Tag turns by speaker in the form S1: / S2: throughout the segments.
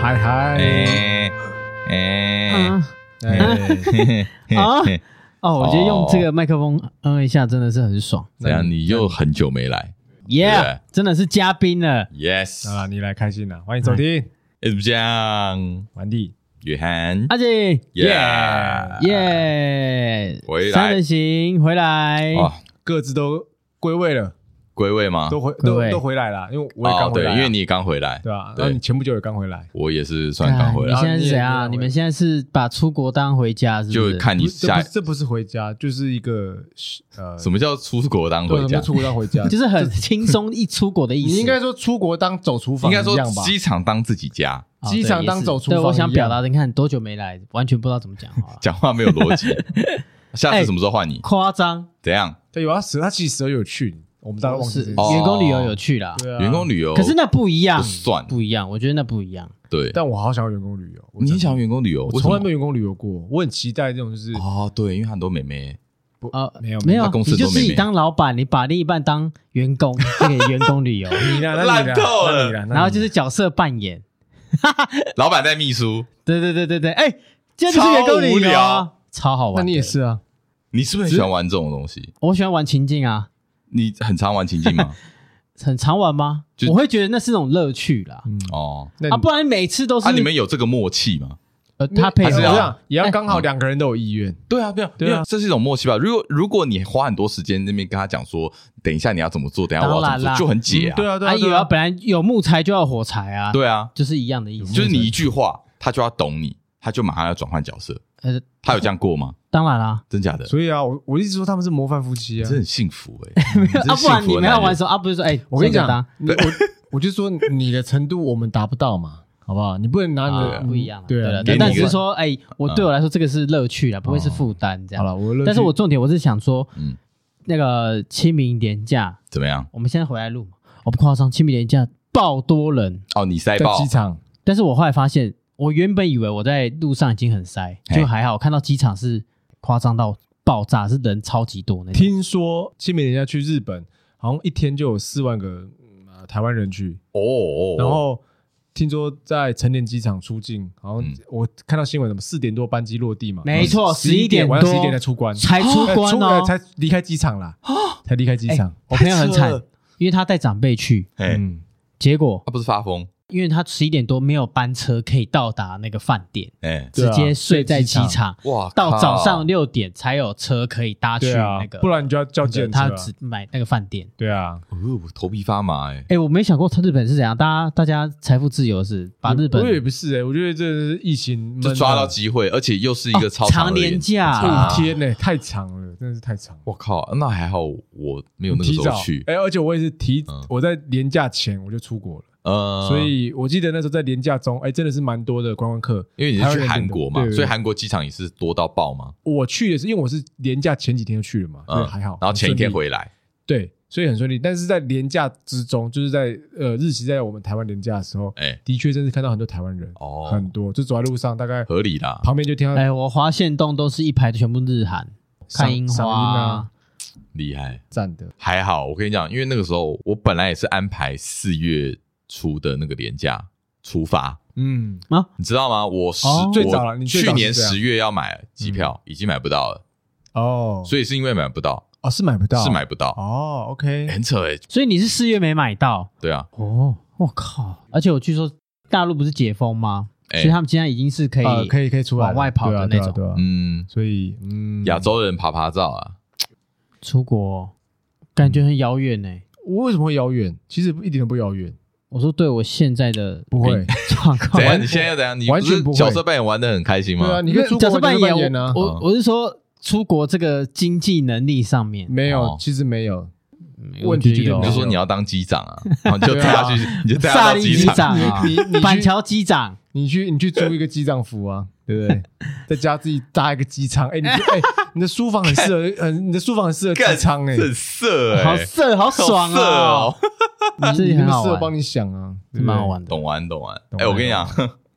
S1: 嗨嗨，
S2: 哎哎
S3: 啊
S1: 哎，
S3: 啊！哦，我觉得用这个麦克风嗯一下真的是很爽
S2: 这样你又很久没来
S3: ，Yeah，真的是嘉宾了。
S2: ，Yes，
S1: 好了，你来开心了，欢迎收
S2: 哎
S1: 听，
S2: 怎么讲？
S1: 完弟，
S2: 雨涵
S1: 啊
S3: 阿姐，
S2: ，Yeah，
S3: 耶，
S2: 回来
S3: 三人行回来，
S2: 哦，
S1: 各自都归位了，
S2: 啊归位吗？
S1: 都回
S3: 各
S1: 都
S3: 位
S1: 都回来了，因为我也
S2: 哦
S1: 刚，回
S2: 对，
S1: 来啊，哎
S2: 因为你刚回来
S1: 对，吧？
S2: 对
S1: 然后你前不久也刚回来，
S2: 我也是算
S3: 看
S2: 刚回
S3: 你
S2: 来，
S3: 现在是谁啊？
S1: 然后你也
S3: 你们现在是把出国当回家，是不？
S2: 就是看你
S1: 不是这
S2: 下
S1: 不是这不是回家，就是一个呃
S2: 什么叫出国当
S1: 对啊
S2: 回
S1: 我
S2: 家
S1: 们，出国要回家，
S3: 就是很轻松一出国的意思。
S1: 你应该说出国当走厨
S2: 应
S1: 房
S2: 该说
S1: 一样吧？啊
S2: 机场当自己家，，
S3: 哦
S1: 机场当
S3: 对也是
S1: 走出
S3: 对，
S1: 房
S3: 我想
S1: 一样
S3: 表达的，你看多久没来，完全不知道怎么讲话
S2: 讲话没有逻 辑。下次什么时候换你？
S1: 哎
S3: 夸张。
S2: 怎样？
S1: 对，有啊，十他其实十二有去，我们大家忘记
S3: 是
S1: 这件事
S2: 哦
S3: 员工旅游有去啦，
S1: 对啊，
S2: 员工旅游？
S3: 可是那不一样
S2: 不，算，
S3: 不一样，我觉得那不一样。
S2: 对。
S1: 但我好想要员工旅游，我
S2: 你
S1: 真
S2: 很
S1: 的
S2: 想要员工旅游？
S1: 我从来没有
S2: 有。
S1: 员工旅游过，我很期待这种就是
S2: 哦，对，因为很多妹妹
S1: 不
S3: 呃，
S1: 没有
S3: 没有
S2: 那，公司
S3: 你就
S2: 都没
S3: 自己
S2: 没
S3: 当老板，你把另一半当员工， 就给员 工旅游，
S1: 你呢，那
S2: 烂
S1: 你呢
S2: 透
S1: 那
S2: 了
S1: 你呢那你呢
S3: 然后就是角色扮演。
S2: 老板带秘书，
S3: 对对对对对，哎，这就是员工
S2: 超无
S3: 旅游啊
S2: 聊，
S3: 超好
S1: 那
S3: 玩。
S1: 你也，是啊，
S2: 你是不是很喜欢玩这种东西？
S3: 我喜欢玩情境啊，
S2: 你很常玩情境吗？
S3: 很常玩吗
S2: 就？
S3: 我会觉得那是种乐趣啦。
S1: 嗯，
S2: 哦，
S1: 那
S3: 啊，不然每次都是
S2: 啊，你们有这个默契吗？
S3: 呃他配
S1: 还
S3: 合
S1: 是要
S2: 啊
S1: 这
S3: 我，
S1: 样，也要刚好两个人都有意愿，
S2: 对啊，对啊，
S1: 对啊
S2: 因为这是一种默契吧。如果如果你花很多时间那边跟他讲说，等一下你要怎么做，等一下我要
S3: 当然
S2: 怎么
S3: 啦
S2: 做，就很解
S1: 嗯
S2: 啊。
S1: 对啊，对
S3: 啊
S1: 啊，
S3: 有
S1: 对
S3: 啊，
S1: 啊，
S3: 本来有木材就要有火柴啊，
S2: 对啊，
S3: 就是一样的意思。
S2: 就是你一句话，他就要懂你，他就马上要转换角色。
S3: 呃，
S2: 他有这样过吗？
S3: 当然啦，
S2: 真假的？
S1: 所以啊，我我一直说他们是模范夫妻
S2: 你
S1: 啊
S2: 真，的很幸福哎、欸！真
S3: 啊，
S2: 是
S3: 不
S2: 幸
S3: 然
S2: 福
S3: 你
S2: 的
S3: 们
S2: 男
S3: 要
S2: 人
S3: 玩什么啊？不是说哎，
S1: 我跟你
S3: 谁
S1: 讲
S3: 敢当，
S1: 你我我就说你的程度我们达不到嘛， 好不好？你不能拿你
S3: 啊
S1: 的，
S3: 不一样啦，
S1: 对
S3: 对
S1: 啊
S3: 了，
S2: 给
S3: 对
S2: 你
S3: 但
S2: 一
S3: 只
S2: 个
S3: 是说，哎，我对我来说这个是乐趣啦，不会是负担这
S1: 好
S3: 样。
S1: 了，我的乐趣
S3: 但是我重点我是想说
S2: 嗯，
S3: 那个清明年假，
S2: 怎么样？
S3: 我们现在回来录嘛，我不夸张，清明年假爆多人，
S2: 哦，你塞
S1: 在
S2: 爆
S1: 机场，
S3: 但是我后来发现，我原本以为我在路上已经很塞，
S2: 嘿
S3: 就还好，看到机场是夸张到爆炸，是人超级多 那种。
S1: 听说清明人家去日本，好像一天就有四万个嗯呃台湾人去，
S2: 哦哦，哦
S1: 然后听说在成田机场出境，好像
S2: 嗯
S1: 我看到新闻，什么四点多班机落地嘛，
S3: 没错
S1: 十一
S3: 11点
S1: 晚上
S3: 多
S1: 十一点才出关，哦
S3: 才出
S1: 呃
S3: 关哦
S1: 呃才离开机场啦，才离开机场。
S3: 我朋友很
S2: 太
S3: 惨
S2: 扯了，
S3: 因为他带长辈去，
S2: 哎，
S1: 嗯，
S3: 结果
S2: 他不是发疯
S3: 因为他十一点多没有班车可以到达那个饭店，
S2: 哎，
S1: 对
S3: 直
S1: 啊
S3: 接睡在机
S1: 睡机
S3: 场，
S2: 哇，
S3: 到
S2: 靠
S3: 早上六点才有车可以搭去
S1: 对啊
S3: 那个，，
S1: 不然你就要叫计程车
S3: 他
S1: 啊。
S3: 只买那个饭店。
S1: 对啊，
S2: 哦我头皮发麻哎、
S3: 哎，我没想过他日本是怎样，大家大家财富自由是把日
S1: 我也
S3: 本
S1: 不是哎，我觉得这是疫情
S2: 就
S1: 闷
S2: 抓
S1: 啊哦
S2: 到机会，而且又是一个超
S3: 哦长
S2: 的
S3: 年
S2: 演
S3: 假
S2: 啊
S1: 五天呢，太长了，真的是太长了。
S2: 我靠，那还好我没有那个
S1: 提
S2: 时
S1: 早
S2: 候去，
S1: 哎，而且我也是提
S2: 嗯，
S1: 我在年假前我就出国了，
S2: 呃，
S1: 所以我记得那时候在年假中，哎，真的是蛮多的观光客。
S2: 因为你
S1: 台湾
S2: 是去
S1: 人
S2: 韩
S1: 真的
S2: 国嘛
S1: 对，对
S2: 所以
S1: 对
S2: 韩国机场也是多到爆嘛，
S1: 我去的是因为我是年假前几天就去了嘛，所以
S2: 嗯，
S1: 还好。
S2: 然后前一天
S1: 很顺利
S2: 回来，
S1: 对，所以很顺利。但是在廉价之中，就是在呃日期在我们台湾廉价的时候，
S2: 哎，
S1: 的确真是看到很多台湾人，
S2: 哦，
S1: 很多就走在路上，大概
S2: 合理啦，
S1: 旁边就听到
S3: 哎，我滑线洞都是一排全部日韩，
S1: 赏
S3: 看樱
S1: 赏
S3: 花
S1: 啊
S3: 啊，
S2: 厉害，
S1: 站的，
S2: 还好。我跟你讲，因为那个时候我本来也是安排四月初的那个年假出发，
S1: 嗯，
S2: 你知道吗？我十
S3: 哦
S2: 我
S1: 最早了你最早
S2: 去
S1: 是
S2: 年
S1: 这样嗯
S2: 十月要买机票，已经买不到了，
S1: 哦，以
S2: 所以是因为买不到，
S1: 哦是买不到，
S2: 是买不到，
S1: 哦，OK，
S2: 很扯哎，
S3: 所以你是四月没买到
S2: 对啊，
S3: 哦，我靠！而且我据说大陆不是解封吗？
S2: 哎
S3: 所以，他们现在已经是可以
S1: 呃可以可以出来了
S3: 往外跑的
S1: 对啊
S3: 那种
S1: 对啊对啊
S2: 嗯，
S1: 所以嗯，
S2: 亚洲人爬爬照啊，
S3: 出国，哦感觉很遥远呢。
S1: 我为什么会遥远？其实一点都不遥远，
S3: 我说对我现在的
S1: 不会。
S3: 状况
S2: 怎，样？你现在又怎样？你
S1: 完
S2: 不
S1: 全
S2: 是
S1: 不会
S2: 角色扮演玩的很开心吗？
S1: 对啊，你可以出
S3: 角
S1: 国
S3: 色扮
S1: 演扮演
S3: 演
S1: 啊
S3: 我，我我是说出国这个经济能力上面，
S1: 没有
S2: 哦，
S1: 其实没有，
S3: 嗯
S1: 问题
S3: 我觉得有
S1: 就
S2: 你就说你要当机长啊，然后你就带他去，你就带他
S3: 萨
S2: 到
S3: 利
S2: 机
S3: 机
S2: 场。
S3: 长啊
S1: 你你，
S3: 板
S1: 去
S3: 桥机长，
S1: 你去你去租一个机长服啊， 对不对？在家自己搭一个机舱，哎、你就哎、你的书房很适合，嗯，你的书房很适合机舱哎、
S2: 很色哎、
S3: 好色，好爽
S2: 好色
S3: 哦！
S1: 你
S3: 这
S1: 你
S3: 也
S1: 那
S3: 很
S1: 么
S3: 好
S1: 适合帮
S3: 玩，
S1: 你想啊，对不对
S3: 是蛮好。玩的。
S2: 懂玩懂玩。
S1: 懂玩
S2: 哎、我跟你讲，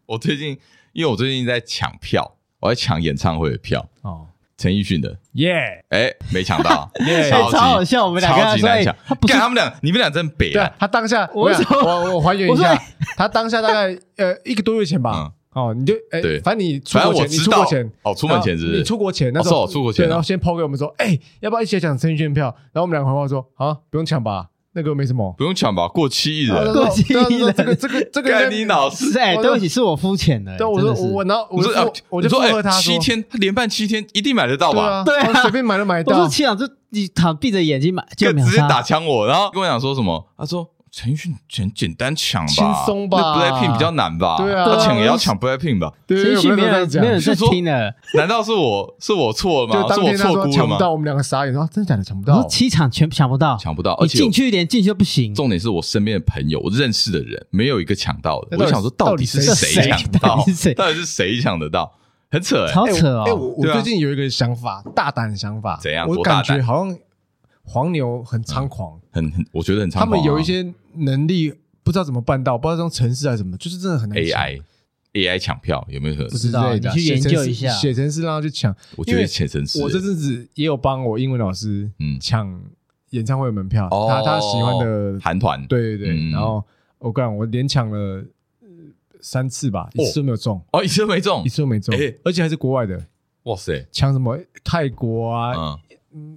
S2: 我最近因为我最近在抢票，我在抢演唱会的票，
S1: 哦，
S2: 陈奕迅的，
S1: 耶，
S2: 哎，没抢到，
S1: 耶
S2: 超级
S3: 哎超好笑我们俩跟他
S2: 超级
S3: 说
S2: 难
S3: 哎
S2: 抢
S3: 他，不是
S2: 干他们俩，你们俩真北
S1: 对啊
S2: 啊，
S1: 他当下，
S3: 我
S1: 我想
S3: 说
S1: 我我还原一
S3: 我
S1: 下
S3: 说，
S1: 他当下大概呃一个多月前吧
S2: 哎嗯，
S1: 哦，你就哎
S2: 对，
S1: 反正你出
S2: 反
S1: 国
S2: 正我
S1: 前，你
S2: 知
S1: 出
S2: 道
S1: 国前，
S2: 哦，出门前是不
S1: 然后
S2: 是
S1: 你出国前那时
S2: 哦是
S1: 候，
S2: 我出国
S1: 对，
S2: 前啊
S1: 然后先抛给我们说，哎，要不要一起来讲陈奕迅票？然后我们两个回话说，啊，不用抢吧，那个没什么。
S2: 不用抢吧，过七亿
S1: 然后
S2: 人
S1: 他，说
S3: 过激
S1: 对啊他说
S3: 了
S1: 这个这个这个应该
S2: 干你老师
S3: 是。哎，
S1: 我
S3: 对不起，是我肤浅了。
S1: 对，我说
S3: 真的是
S1: 我然后我就
S2: 说啊
S1: 附，我就
S2: 你
S1: 附
S2: 说
S1: 和他
S2: 哎，
S1: 说
S2: 七天他连办七天，一定买得到
S1: 对
S2: 吧
S1: 啊，？
S3: 对啊
S1: 他随便买都买得
S3: 我
S1: 到
S3: 说。七朗，就你躺闭着眼睛买，就
S2: 就
S3: 没有
S2: 直接
S3: 差
S2: 打枪我，然后跟我讲说什么？他说陈奕迅简简单抢吧，
S1: 轻松吧
S2: 那 Blackpink 比较难吧？
S1: 对啊
S2: 要抢也要抢 Blackpink 吧？
S1: 对
S3: 陈
S1: 对，
S3: 奕
S1: 我们
S3: 迅
S1: 都
S3: 没有
S1: 这样
S3: 人
S1: 讲
S3: 没有。人在
S2: 是说
S3: 听了。
S2: 难道是我 是我错了
S1: 就
S2: 吗？是
S1: 当
S2: 我
S1: 天他
S2: 错
S1: 说
S2: 估
S1: 抢
S2: 了
S1: 不到，
S2: 吗？
S1: 我们两个傻眼，说啊真的假的抢不
S3: 我
S1: 到
S3: 说？七场全抢不到，
S2: 抢不到，而
S3: 你
S2: 且
S3: 进去连进去都不行。
S2: 重点是我身边的朋友，我认识的人没有一个抢到的，
S1: 那
S2: 我
S1: 到底
S2: 就想说
S1: 到底
S2: 底是
S1: 是
S3: 谁
S2: 抢
S3: 到
S2: 到
S3: 底是谁？
S2: 到底是谁抢得到？很扯欸
S3: 超扯哦！
S1: 哎，我我
S2: 对啊
S1: 最近有一个想法，大胆的想法。
S2: 怎样
S1: 我
S2: 多大
S1: 感
S2: 胆嗯
S1: 觉好像黄牛很猖狂，
S2: 很很，我觉得很猖狂啊。
S1: 他们有一些能力不知道怎么办到，不知道是用城市还是什么，就是真的很难抢
S2: AI AI 抢票有没有可能
S3: 不？知道
S1: 之类的
S3: 你去研究一下
S1: 写程式让他去抢。
S2: 我觉
S1: 因
S2: 得
S1: 为
S2: 前程是
S1: 我这阵子也有帮我英文老师
S2: 嗯
S1: 抢演唱会门票，
S2: 哦
S1: 他他喜欢的
S2: 韩团
S1: 对对对，
S2: 嗯
S1: 然后我干，我连抢了呃三次吧，一次都没有中，
S2: 哦，一次都没中
S1: 一，次都没中
S2: 哎，
S1: 而且还是国外的，
S2: 哇塞，
S1: 抢什么泰国啊、
S2: 嗯。
S1: 嗯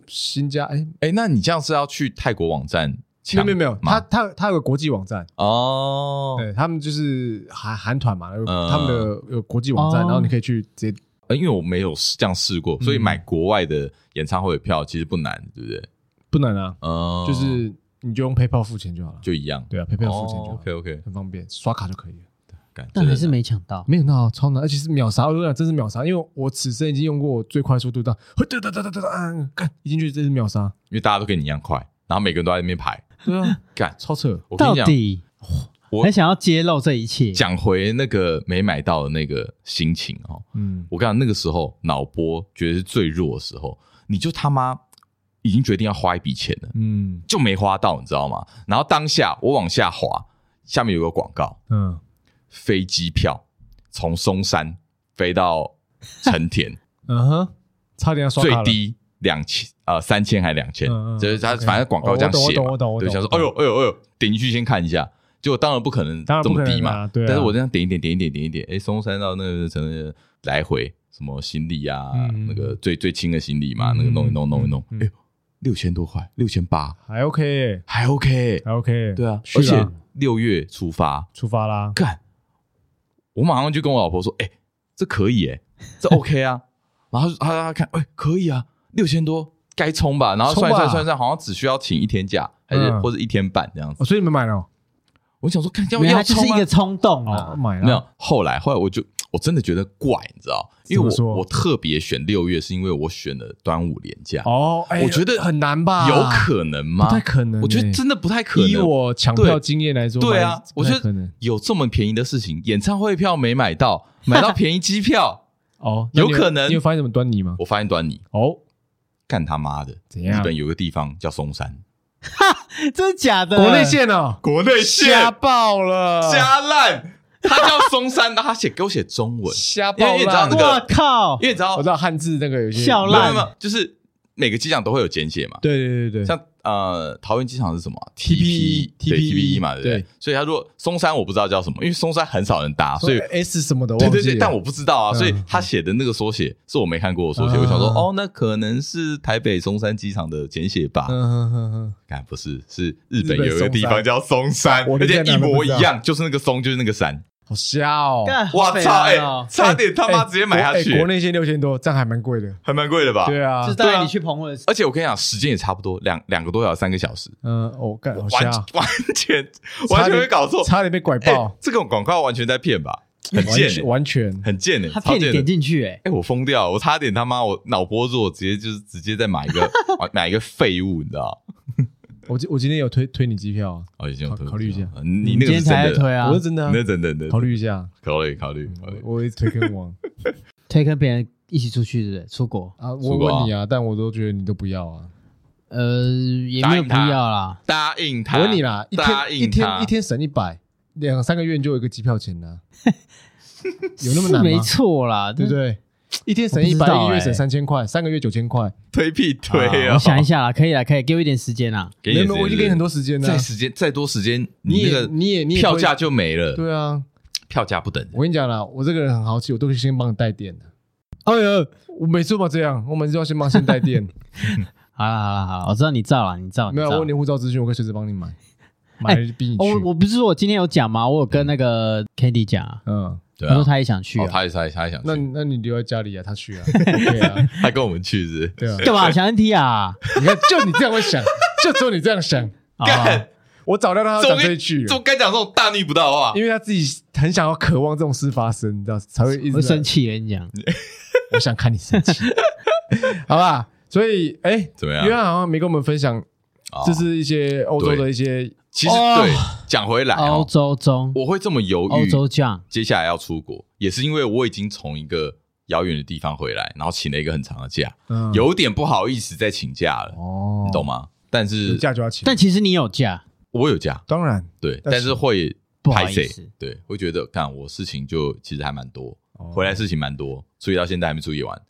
S1: 新加哎，
S2: 哎，那你这样是要去泰国网站
S1: 没有
S2: 抢？
S1: 没有没有，他
S2: 吗
S1: 他他有个国际网站，
S2: 哦，
S1: 对他们就是韩韩团嘛，有
S2: 嗯
S1: 他们的有国际网站，
S3: 哦
S1: 然后你可以去直接
S2: 呃因为我没有这样试过，所以
S1: 嗯
S2: 买国外的演唱会的票其实不难，对不对？
S1: 不难啊，
S2: 嗯，
S1: 就是你就用 PayPal 付钱就好了，
S2: 就一样，
S1: 对啊，PayPal 付钱就好
S2: 哦 OK
S1: 了，
S2: OK，
S1: 很方便，刷卡就可以了。
S3: 但还是没抢到。
S1: 没有那超难，而且是秒杀，我跟你讲，真是秒杀，因为我此生已经用过我最快速度到，哒哒哒哒哒哒，干一进去真是秒杀，
S2: 因为大家都跟你一样快，然后每个人都在那边排
S1: 对啊，
S2: 干。
S1: 超扯，
S2: 我跟
S3: 到
S2: 你讲，
S3: 底
S2: 我
S3: 很想要揭露这一切，
S2: 讲回那个没买到的那个心情哦，
S1: 嗯，
S2: 我跟你讲，那个时候脑波觉得是最弱的时候，你就他妈已经决定要花一笔钱了，
S1: 嗯
S2: 就没花到，你知道吗？然后当下我往下滑，下面有个广告，
S1: 嗯，
S2: 飞机票从松山飞到成田，
S1: 嗯哼，差点要 刷
S2: 最
S1: 卡了，
S2: 低两千呃三千还两千
S1: 嗯嗯，
S2: 就是他
S1: OK
S2: 反正广告这样写嘛，
S1: 哦我懂我懂我懂
S2: 对，想说
S1: 我
S2: 哎呦
S1: 懂
S2: 哎呦哎呦，点进去先看一下，结果当然不可能
S1: 当然
S2: 这
S1: 不可
S2: 么
S1: 能
S2: 低嘛
S1: 啊，对啊
S2: 但是我这样点一点点一点点一点，哎，松山到那个城市来回什么行李啊
S1: 嗯，
S2: 那个最最轻的行李嘛，
S1: 嗯
S2: 那个弄一弄弄一弄
S1: 嗯，嗯
S2: 哎呦六千多块，六千八
S1: 还 OK，
S2: 还 OK，
S1: 还 OK，
S2: 对啊，
S1: 去
S2: 而
S1: 啦
S2: 且六月出发，
S1: 出发啦，
S2: 干，我马上就跟我老婆说，哎、这可以哎、这 OK 啊。然后她她她看，哎、可以啊，六千多该冲吧。然后算一
S1: 冲
S2: 算
S1: 吧
S2: 算一算，好像只需要请一天假，还是、
S1: 嗯
S2: 或者一天半这样子。
S1: 哦，所以你们买了哦，
S2: 我想说，看要
S3: 没有
S2: 要
S3: 它就是
S2: 冲
S3: 一
S2: 啊
S3: 个冲动
S1: 哦，
S3: 啊。
S1: 买了，
S2: 没有，后来后来我就我真的觉得怪，你知道，因为
S1: 怎么
S2: 我
S1: 说
S2: 我特别选六月，是因为我选了端午连假，
S1: 哦，哎
S2: 我觉得
S1: 很难吧，
S2: 有可能吗？
S1: 不太可能欸
S2: 我觉得真的不太可能。
S1: 以我抢票经验来说，
S2: 对啊，
S1: 不
S2: 我
S1: 太
S2: 觉
S1: 可能
S2: 得有这么便宜的事情，演唱会 票没买到，买到便宜机票，
S1: 哦，那你
S2: 有可能
S1: 你有发现什么端倪吗？
S2: 我发现端倪，
S1: 哦，
S2: 干他妈的！
S1: 怎
S2: 日
S1: 样？
S2: 本有个地方叫松山，
S3: 真的假的？
S1: 国内线哦，
S2: 国内
S1: 瞎爆了，
S2: 加烂，他叫松山，然后他写给我写中文，
S1: 瞎
S2: 因
S1: 爆
S2: 为你知道
S1: 烂
S2: 那个
S3: 我靠
S2: 因！为你知道
S1: 我知道汉字那个有些
S3: 笑
S2: 没有没有
S3: 烂
S2: 没有，就是每个机场都会有简写嘛，
S1: 对对对对，
S2: 像呃桃园机场是什么啊
S1: TPE
S2: TPE 对
S1: TPE
S2: TPE 嘛，对不对
S1: E，对？
S2: 所以他说松山我不知道叫什么，因为松山很少人搭，所以。
S1: S 什么的，
S2: 对
S1: 忘记
S2: 对对，
S1: 了
S2: 但我不知道啊，
S1: 嗯
S2: 所以他写的那个缩写是我没看过的缩写，
S1: 啊
S2: 我想说，哦，那可能是台北松山机场的简写吧。
S1: 嗯哼哼哼，
S2: 看，不是，是日
S1: 日
S2: 本
S1: 本
S2: 有一个地
S1: 松山
S2: 方叫松山，
S1: 我
S2: 而
S1: 连
S2: 且
S1: 这
S2: 一
S1: 两个都
S2: 模
S1: 不
S2: 一
S1: 知道
S2: 样，就是那个松，就是那个山。
S1: 好瞎哦，
S3: 干
S2: 哇
S3: 好北
S2: 操！
S3: 蓝
S2: 哎、
S3: 哦
S2: 差点他妈
S1: 哎
S2: 直接买下去、
S1: 国哎国内线六千多，这样还蛮贵的，
S2: 还蛮贵的吧？
S1: 对啊
S3: 就是，
S2: 对
S3: 带
S2: 啊
S3: 你去澎湖的
S2: 而且我跟你讲，时间也差不多，两两个多小时，三个小时，
S1: 嗯，哦，干好
S2: 完
S1: 瞎哦，
S2: 完全
S1: 点
S2: 完全没搞错。
S1: 差点被拐
S2: 哎、
S1: 爆，
S2: 这种广告完全在骗吧？很
S1: 完
S2: 贱、
S1: 全
S2: 欸，
S1: 完全，
S2: 很贱欸
S3: 他
S2: 超
S3: 骗你
S2: 贱的
S3: 点。进去，哎，
S2: 哎、我疯掉！我差点他妈我脑波弱，直接就是直接再买一 个买一个废物，你知道？
S1: 我今我今天有推推你机票啊，
S2: 哦，已经有
S1: 考考虑一下
S2: 嗯你那个
S3: 今天
S2: 是
S3: 才在
S2: 真的，
S3: 推啊嗯
S1: 我， 是真的啊
S2: 你那真的，真的
S1: 考虑一下，
S2: 考虑考虑考虑。
S1: 我我也推 坑王
S3: 推跟别人一起出去，对不对？出国，
S1: 啊，
S2: 出
S1: 我
S2: 国啊
S1: 问你啊，但我都觉得你都不要啊，
S3: 呃，也没有必要啦。
S2: 答应他，
S1: 我问你啦，一
S2: 答
S1: 天一
S2: 应他嗯
S1: 天一天省一百，两三个月你就有一个机票钱啦，有那么
S3: 是
S1: 难
S3: 没
S1: 吗？
S3: 错啦，
S1: 啊对不
S3: 那？
S1: 对？一天省一百，
S3: 我不知道
S1: 一个月
S3: 欸
S1: 省三千块，三个月九千块。
S2: 推屁推
S3: 啊
S2: 啊！
S3: 我想一下啦，可以啦，可以，给我一点时间啦。
S2: 给
S1: 没
S2: 你点时
S1: 有
S2: 间，
S1: 没有，我已经给你很多时间了啊
S2: 再。时间再多时间，
S1: 你
S2: 那
S1: 也
S2: 个
S1: 你也你也
S2: 票
S1: 推
S2: 价就没了，
S1: 对啊，
S2: 票价不等人。
S1: 我跟你讲啦，我这个人很豪气，我都会先帮你带电的。哎呀，我每次都嘛这样，我每次都要先帮先带电。
S3: 好啦好啦好啦，我知道你照啦，你照，
S1: 没有，啊我
S3: 你照
S1: 有你护照资讯，我可以随时帮你 买，买了就逼
S2: 哎
S1: 你
S3: 哦我
S1: 去。
S3: 我不是说我今天有讲吗？我有跟那个 Candy 讲啊，
S1: 嗯，
S2: 对
S3: 他
S2: 啊
S3: 说，他也想去
S2: 哦
S3: 啊，
S2: 他也他也他也想
S1: 那
S2: 去，
S1: 那你留在家里啊，他去啊，对啊，
S2: 他跟我们去是不
S1: 对
S2: 是？
S1: 啊。
S3: 干嘛想 NT 啊？
S1: 你看，就你这样会想，就只有你这样想。
S3: 啊，
S1: 我早料到他
S2: 怎
S1: 要
S2: 么
S1: 讲这
S2: 会
S1: 一句了
S2: 怎么该讲这种大逆不道的话？
S1: 因为他自己很想要渴望这种事发生，你知道，才会一
S3: 我
S1: 直在
S3: 生。气了，跟你讲，
S1: 我想看你生 气，好吧？所以，哎，
S2: 怎么样
S1: 约翰好像没跟我们分享，
S2: 啊哦
S1: 就是一些欧洲的一些
S2: 其实
S3: 哦
S2: 对，讲回来
S3: 欧
S2: 哦，
S3: 洲中，
S2: 我会这么犹
S3: 欧
S2: 豫，
S3: 洲酱，
S2: 接下来要出国，也是因为我已经从一个遥远的地方回来，然后请了一个很长的假，
S1: 嗯
S2: 有点不好意思再请假了，
S1: 哦，
S2: 你懂吗？但
S1: 有
S2: 是
S1: 假就要请，
S3: 但其实你有假，
S2: 我有假，
S1: 当然
S2: 对，
S1: 但是
S2: 但是会
S3: 不好
S2: 拍
S3: 意
S2: 谁
S3: 思，
S2: 对，会觉得干我事情就其实还蛮多，回来，
S1: 哦
S2: 事情蛮多，处理到现在还没处理完，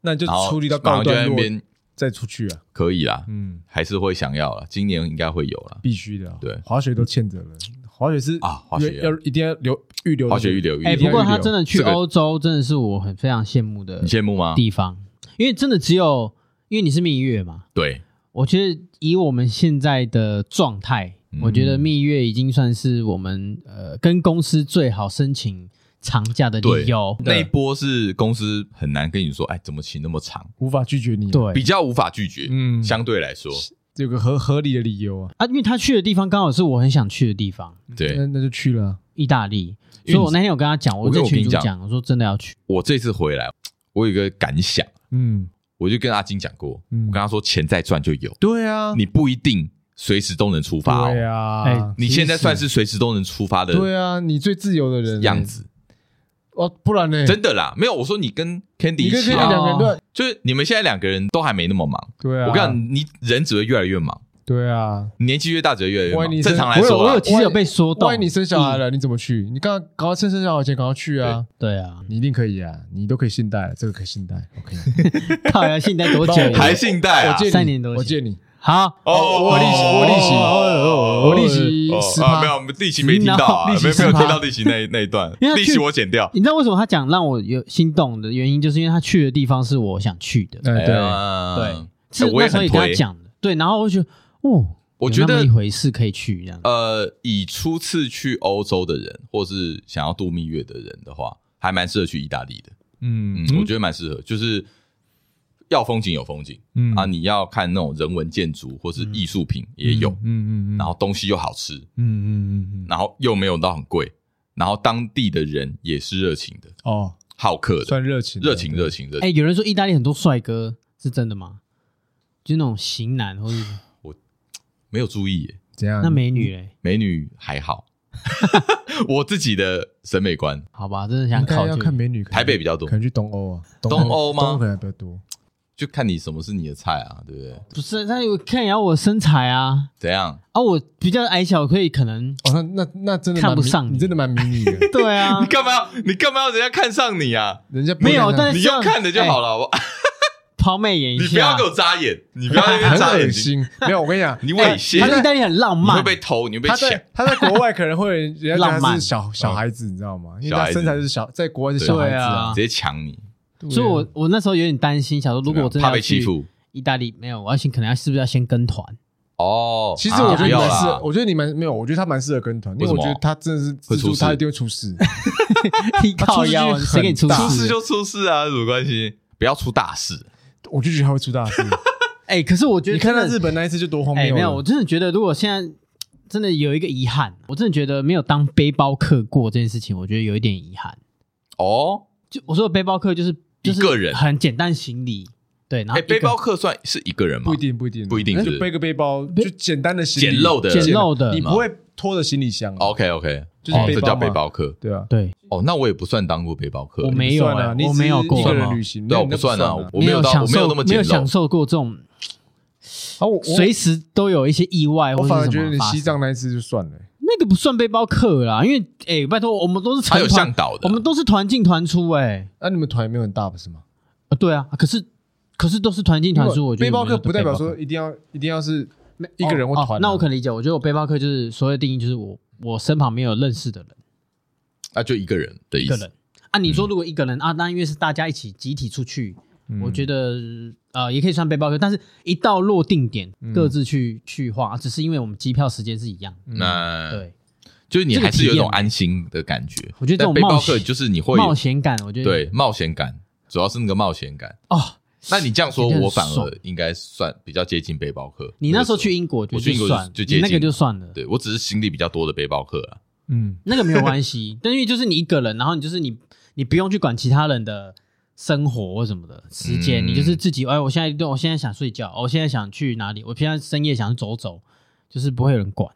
S1: 那你就
S2: 然后
S1: 处理到
S2: 马上
S1: 告
S2: 就在
S1: 段
S2: 那
S1: 落
S2: 边
S1: 再出去啊，
S2: 可以啦，
S1: 嗯，
S2: 还是会想要啦，今年应该会有啦。
S1: 必须的啊，
S2: 对
S1: 滑雪都欠着了，滑雪是
S2: 啊滑雪
S1: 要要一定要留预留的
S2: 滑雪预留预
S3: 哎，
S1: 一定
S3: 不
S2: 留
S1: 要，预
S3: 过他
S1: 留
S3: 真的去
S2: 这个
S3: 欧洲，真的是我很非常羡慕的
S2: 你羡慕吗？
S3: 地方，因为真的只有，因为你是蜜月嘛，
S2: 对，
S3: 我觉得以我们现在的状态，
S2: 嗯
S3: 我觉得蜜月已经算是我们呃跟公司最好申请长假的理由。
S2: 那一波是公司很难跟你说，哎，怎么请那么长，
S1: 无法拒绝你，，啊
S2: 比
S3: 对
S2: 较无法拒绝，
S1: 嗯，
S2: 相对来说，
S1: 有个合合理的理由啊，
S3: 啊，因为他去的地方刚好是我很想去的地方，
S2: 对
S1: 那那就去了啊，
S3: 意大
S2: 因
S3: 利，
S2: 为你
S3: 所以我那天有跟他讲，
S2: 我
S3: 在
S2: 跟我
S3: 群主
S2: 跟你
S3: 讲，我说真的要去，
S2: 我这次回来，我有一个感想，
S1: 嗯
S2: 我就跟阿金讲过，
S1: 嗯
S2: 我跟他说钱再赚就有，
S1: 对啊，
S2: 你不一定随时都能出发
S1: 对
S2: 哦。
S1: 啊
S3: 哎，
S2: 你现在算是随时都能出发的
S1: 对啊，你最自由的人
S2: 样子，
S1: 哦，不然呢？
S2: 真的啦，没有我说你跟 Candy
S1: 你
S2: 一
S1: 跟
S2: 起
S1: 跟
S3: 你
S2: 啊，
S1: 两个人都
S2: 就是你们现在两个人都还没那么忙。
S1: 对啊，
S2: 我跟你讲，你人只会越来越忙，
S1: 对啊，
S2: 年纪越大只会越来越
S1: 万一
S2: 忙。
S1: 你
S2: 正常来
S3: 我有
S2: 说啊
S3: 我
S2: 啦
S3: 有，其实有被说动，
S1: 万一你生小孩
S2: 嗯
S1: 了，你怎么去？你刚赶快趁生小孩前赶快去啊！
S3: 对啊，
S1: 你一定可以啊，你都可以信贷，这个可以信贷。OK，
S3: 到底要信贷多久？
S2: 还信贷啊
S1: 我借？你
S3: 三年多前
S1: 我借你，
S3: 好，
S2: 哦
S1: 我利息，我利息，我利
S2: 哦
S1: 息
S2: 哦
S1: 十
S2: 啊
S1: 趴
S2: 没，有，我们利息没听到啊，
S1: No，利
S2: 没
S1: 息
S2: 有没有
S1: 10%
S2: 听到利息那那一段，
S3: 因为
S2: 利息我剪掉。
S3: 你知道为什么他讲让我有心动的原因，就是因为他去的地方是我想去的，
S1: 哎对，
S2: 对
S3: 对，是
S2: 哎我也
S3: 那时候
S2: 很
S3: 也跟他
S2: 推
S3: 讲的，对，然后我就觉得，哦，
S2: 我
S3: 有
S2: 觉
S3: 那么
S2: 得
S3: 一回事可以去这样，
S2: 呃，以初次去欧洲的人，或是想要度蜜月的人的话，还蛮适合去意大利的。
S1: 嗯
S2: 嗯，我觉得蛮适合，就是要风景有风景、
S1: 嗯
S2: 啊，你要看那种人文建筑或是艺术品也有，
S1: 嗯嗯嗯，
S2: 然后东西又好吃，
S1: 嗯嗯嗯嗯，
S2: 然后又没有到很贵，然后当地的人也是热情的、
S1: 哦，
S2: 好客的，
S1: 算热情，
S2: 热情热情热
S3: 哎，
S2: 情。
S3: 有人说意大利很多帅哥，是真的吗？就那种型男或者
S2: 嗯没有注意耶，
S1: 怎样？
S3: 那美女嘞？
S2: 美女还 好，我自己的审美观，
S3: 好吧，真的想
S1: 应该
S3: 考
S1: 要
S3: 究
S1: 看美女，
S2: 台北比较多
S1: 可能去东欧啊，
S2: 东欧吗
S1: 东欧可能比较多。哦
S2: 就看你什么是你的菜啊，对不对？
S3: 不是，他有看一下我身材啊，
S2: 怎样？
S3: 啊，我比较矮小，可以可能
S1: 哦，那那那真的蛮
S3: 看不上
S1: 迷
S3: 你。
S1: 你，真的蛮迷你的
S3: 对啊
S2: 你，干嘛要？你干嘛要人家看上你啊？
S1: 人家不会
S3: 没有，
S1: 看
S3: 但是
S2: 你用看的就好了，好不好？
S3: 哎抛媚眼一
S2: 你不要
S3: 下
S2: 给。我眨眼， 你不要在那边
S1: 很
S2: 眨
S1: 恶
S2: 眼睛，
S1: 心。没有，我跟你讲，
S2: 你猥
S3: 哎他
S2: 亵，
S3: 意大利很浪
S2: 你会
S3: 漫，
S2: 被偷，你会被
S1: 他
S2: 抢。
S1: 在他在国外可能 会人家觉得
S3: 浪
S1: 他
S3: 漫
S1: 是小小孩子，你知道吗？因为
S2: 小孩
S1: 他
S2: 子
S1: 身材是小，在国外是小孩子啊
S3: 对啊。
S2: 直接抢你，
S1: 对啊
S3: 所以我我那时候有点担心，想说如果我真的
S2: 怕
S3: 要
S2: 被欺
S3: 去
S2: 负
S3: 意大利，没有，我要先可能要是不是要先 跟团？
S2: 哦。
S1: 其实我
S2: 啊不
S1: 觉得你
S2: 要
S1: 蛮适合
S2: 啦，，
S1: 我觉得你蛮没有，我觉得他蛮适合跟团，因为
S2: 为什
S1: 我
S2: 么
S1: 觉得他真的是
S2: 会
S1: 自助
S2: 出事
S1: 他一定会出事。他
S3: 靠
S1: 出事几率
S3: 腰，啊
S1: 很
S3: 谁给你出
S1: 大
S2: 出事
S3: 事？
S2: 就出事啊，有什么关系？不要出大事。
S1: 我就觉得他会出大事。
S3: 哎，可是我觉得
S1: 你看
S3: 真
S1: 他
S3: 的
S1: 日本那一次就多荒
S3: 哎，
S1: 谬
S3: 没有，
S1: 了
S3: 我。真的觉得如果现在真的有一个遗憾，我真的觉得没有当背包客过这件事情，我觉得有一点遗憾。
S2: 哦，
S3: 就我说的背包客就是就是
S2: 一个人
S3: 很简单行李，对，然后
S2: 哎，
S3: 啊一个
S2: 背包客算是一个人吗？
S1: 不一定，不一定，
S2: 不一定是
S1: 就背个背包，就简单的行李
S2: 简陋的
S3: 简陋的
S1: 你不
S2: 嘛
S1: 会拖着行李箱啊。
S2: OK OK，
S1: 就是背包嘛
S2: 哦这叫背包客。
S1: 对啊，
S3: 对，
S2: 哦，那我也不算当过背包客，
S3: 我没
S1: 不
S3: 有
S1: 算
S3: 哎
S1: 啊，你
S3: 我
S1: 只
S3: 没有
S1: 是
S3: 过
S1: 一个人
S2: 吗
S1: 旅行，
S2: 对啊，
S1: 那
S2: 我不算啊，
S1: 那
S2: 我没有到，
S3: 享
S2: 我没
S3: 受
S2: 有那么
S3: 没
S2: 简
S3: 有享
S2: 陋。
S3: 受过这种
S1: 啊，我我
S3: 随时都有一些意外
S1: 我
S3: 或
S1: 反而
S3: 者是
S1: 觉
S3: 什
S1: 得
S3: 么
S1: 你
S3: 发生
S1: 西藏那一次就算了欸，
S3: 那个不算背包客啦，因为哎、拜托，我们都是
S2: 他
S3: 成
S2: 有
S3: 团
S2: 向导的，
S3: 啊我们都是团进团出哎、
S1: 那、啊你们团也没有很大不是吗？
S3: 啊对啊，可是可是都是团进团出，我觉得
S1: 背包客
S3: 有没有
S1: 不代表
S3: 背包
S1: 说一定要一定要是
S3: 没
S1: 一个人或
S3: 哦哦
S1: 团啊
S3: 那我可理解，我觉得我背包客就是所谓的定义就是我我身旁没有认识的人，
S2: 啊，就一个人的意
S3: 一个
S2: 思
S3: 人。啊，你说如果一个人、啊，那因为是大家一起集体出去，
S2: 嗯
S3: 我觉得呃也可以算背包客，但是一到落定点
S2: 嗯
S3: 各自去去画，啊只是因为我们机票时间是一样的，
S2: 那
S3: 嗯对。
S2: 就是你
S3: 这个
S2: 还是有一
S3: 体验
S2: 种安心的感觉。
S3: 我觉得这种
S2: 但背
S3: 冒
S2: 包
S3: 险
S2: 客就是你会有
S3: 冒险感，我觉得
S2: 对冒险感，主要是那个冒险感。
S3: 哦。
S2: 那你这样说，
S3: 觉得很
S2: 我反
S3: 爽
S2: 而应该算比较接近背包客。
S3: 你那时候去英国，我觉得
S2: 我去英国就
S3: 算
S2: 就
S3: 你
S2: 接近
S3: 那个就算了，
S2: 对我只是行李比较多的背包客啊，
S1: 嗯，
S3: 那个没有关系。但因为就是你一个人，然后你就是你，你不用去管其他人的生活或什么的时间，
S2: 嗯
S3: 你就是自己。哎，我现在对我现在想睡觉，我现在想去哪里，我现在深夜想走走，就是不会有人管。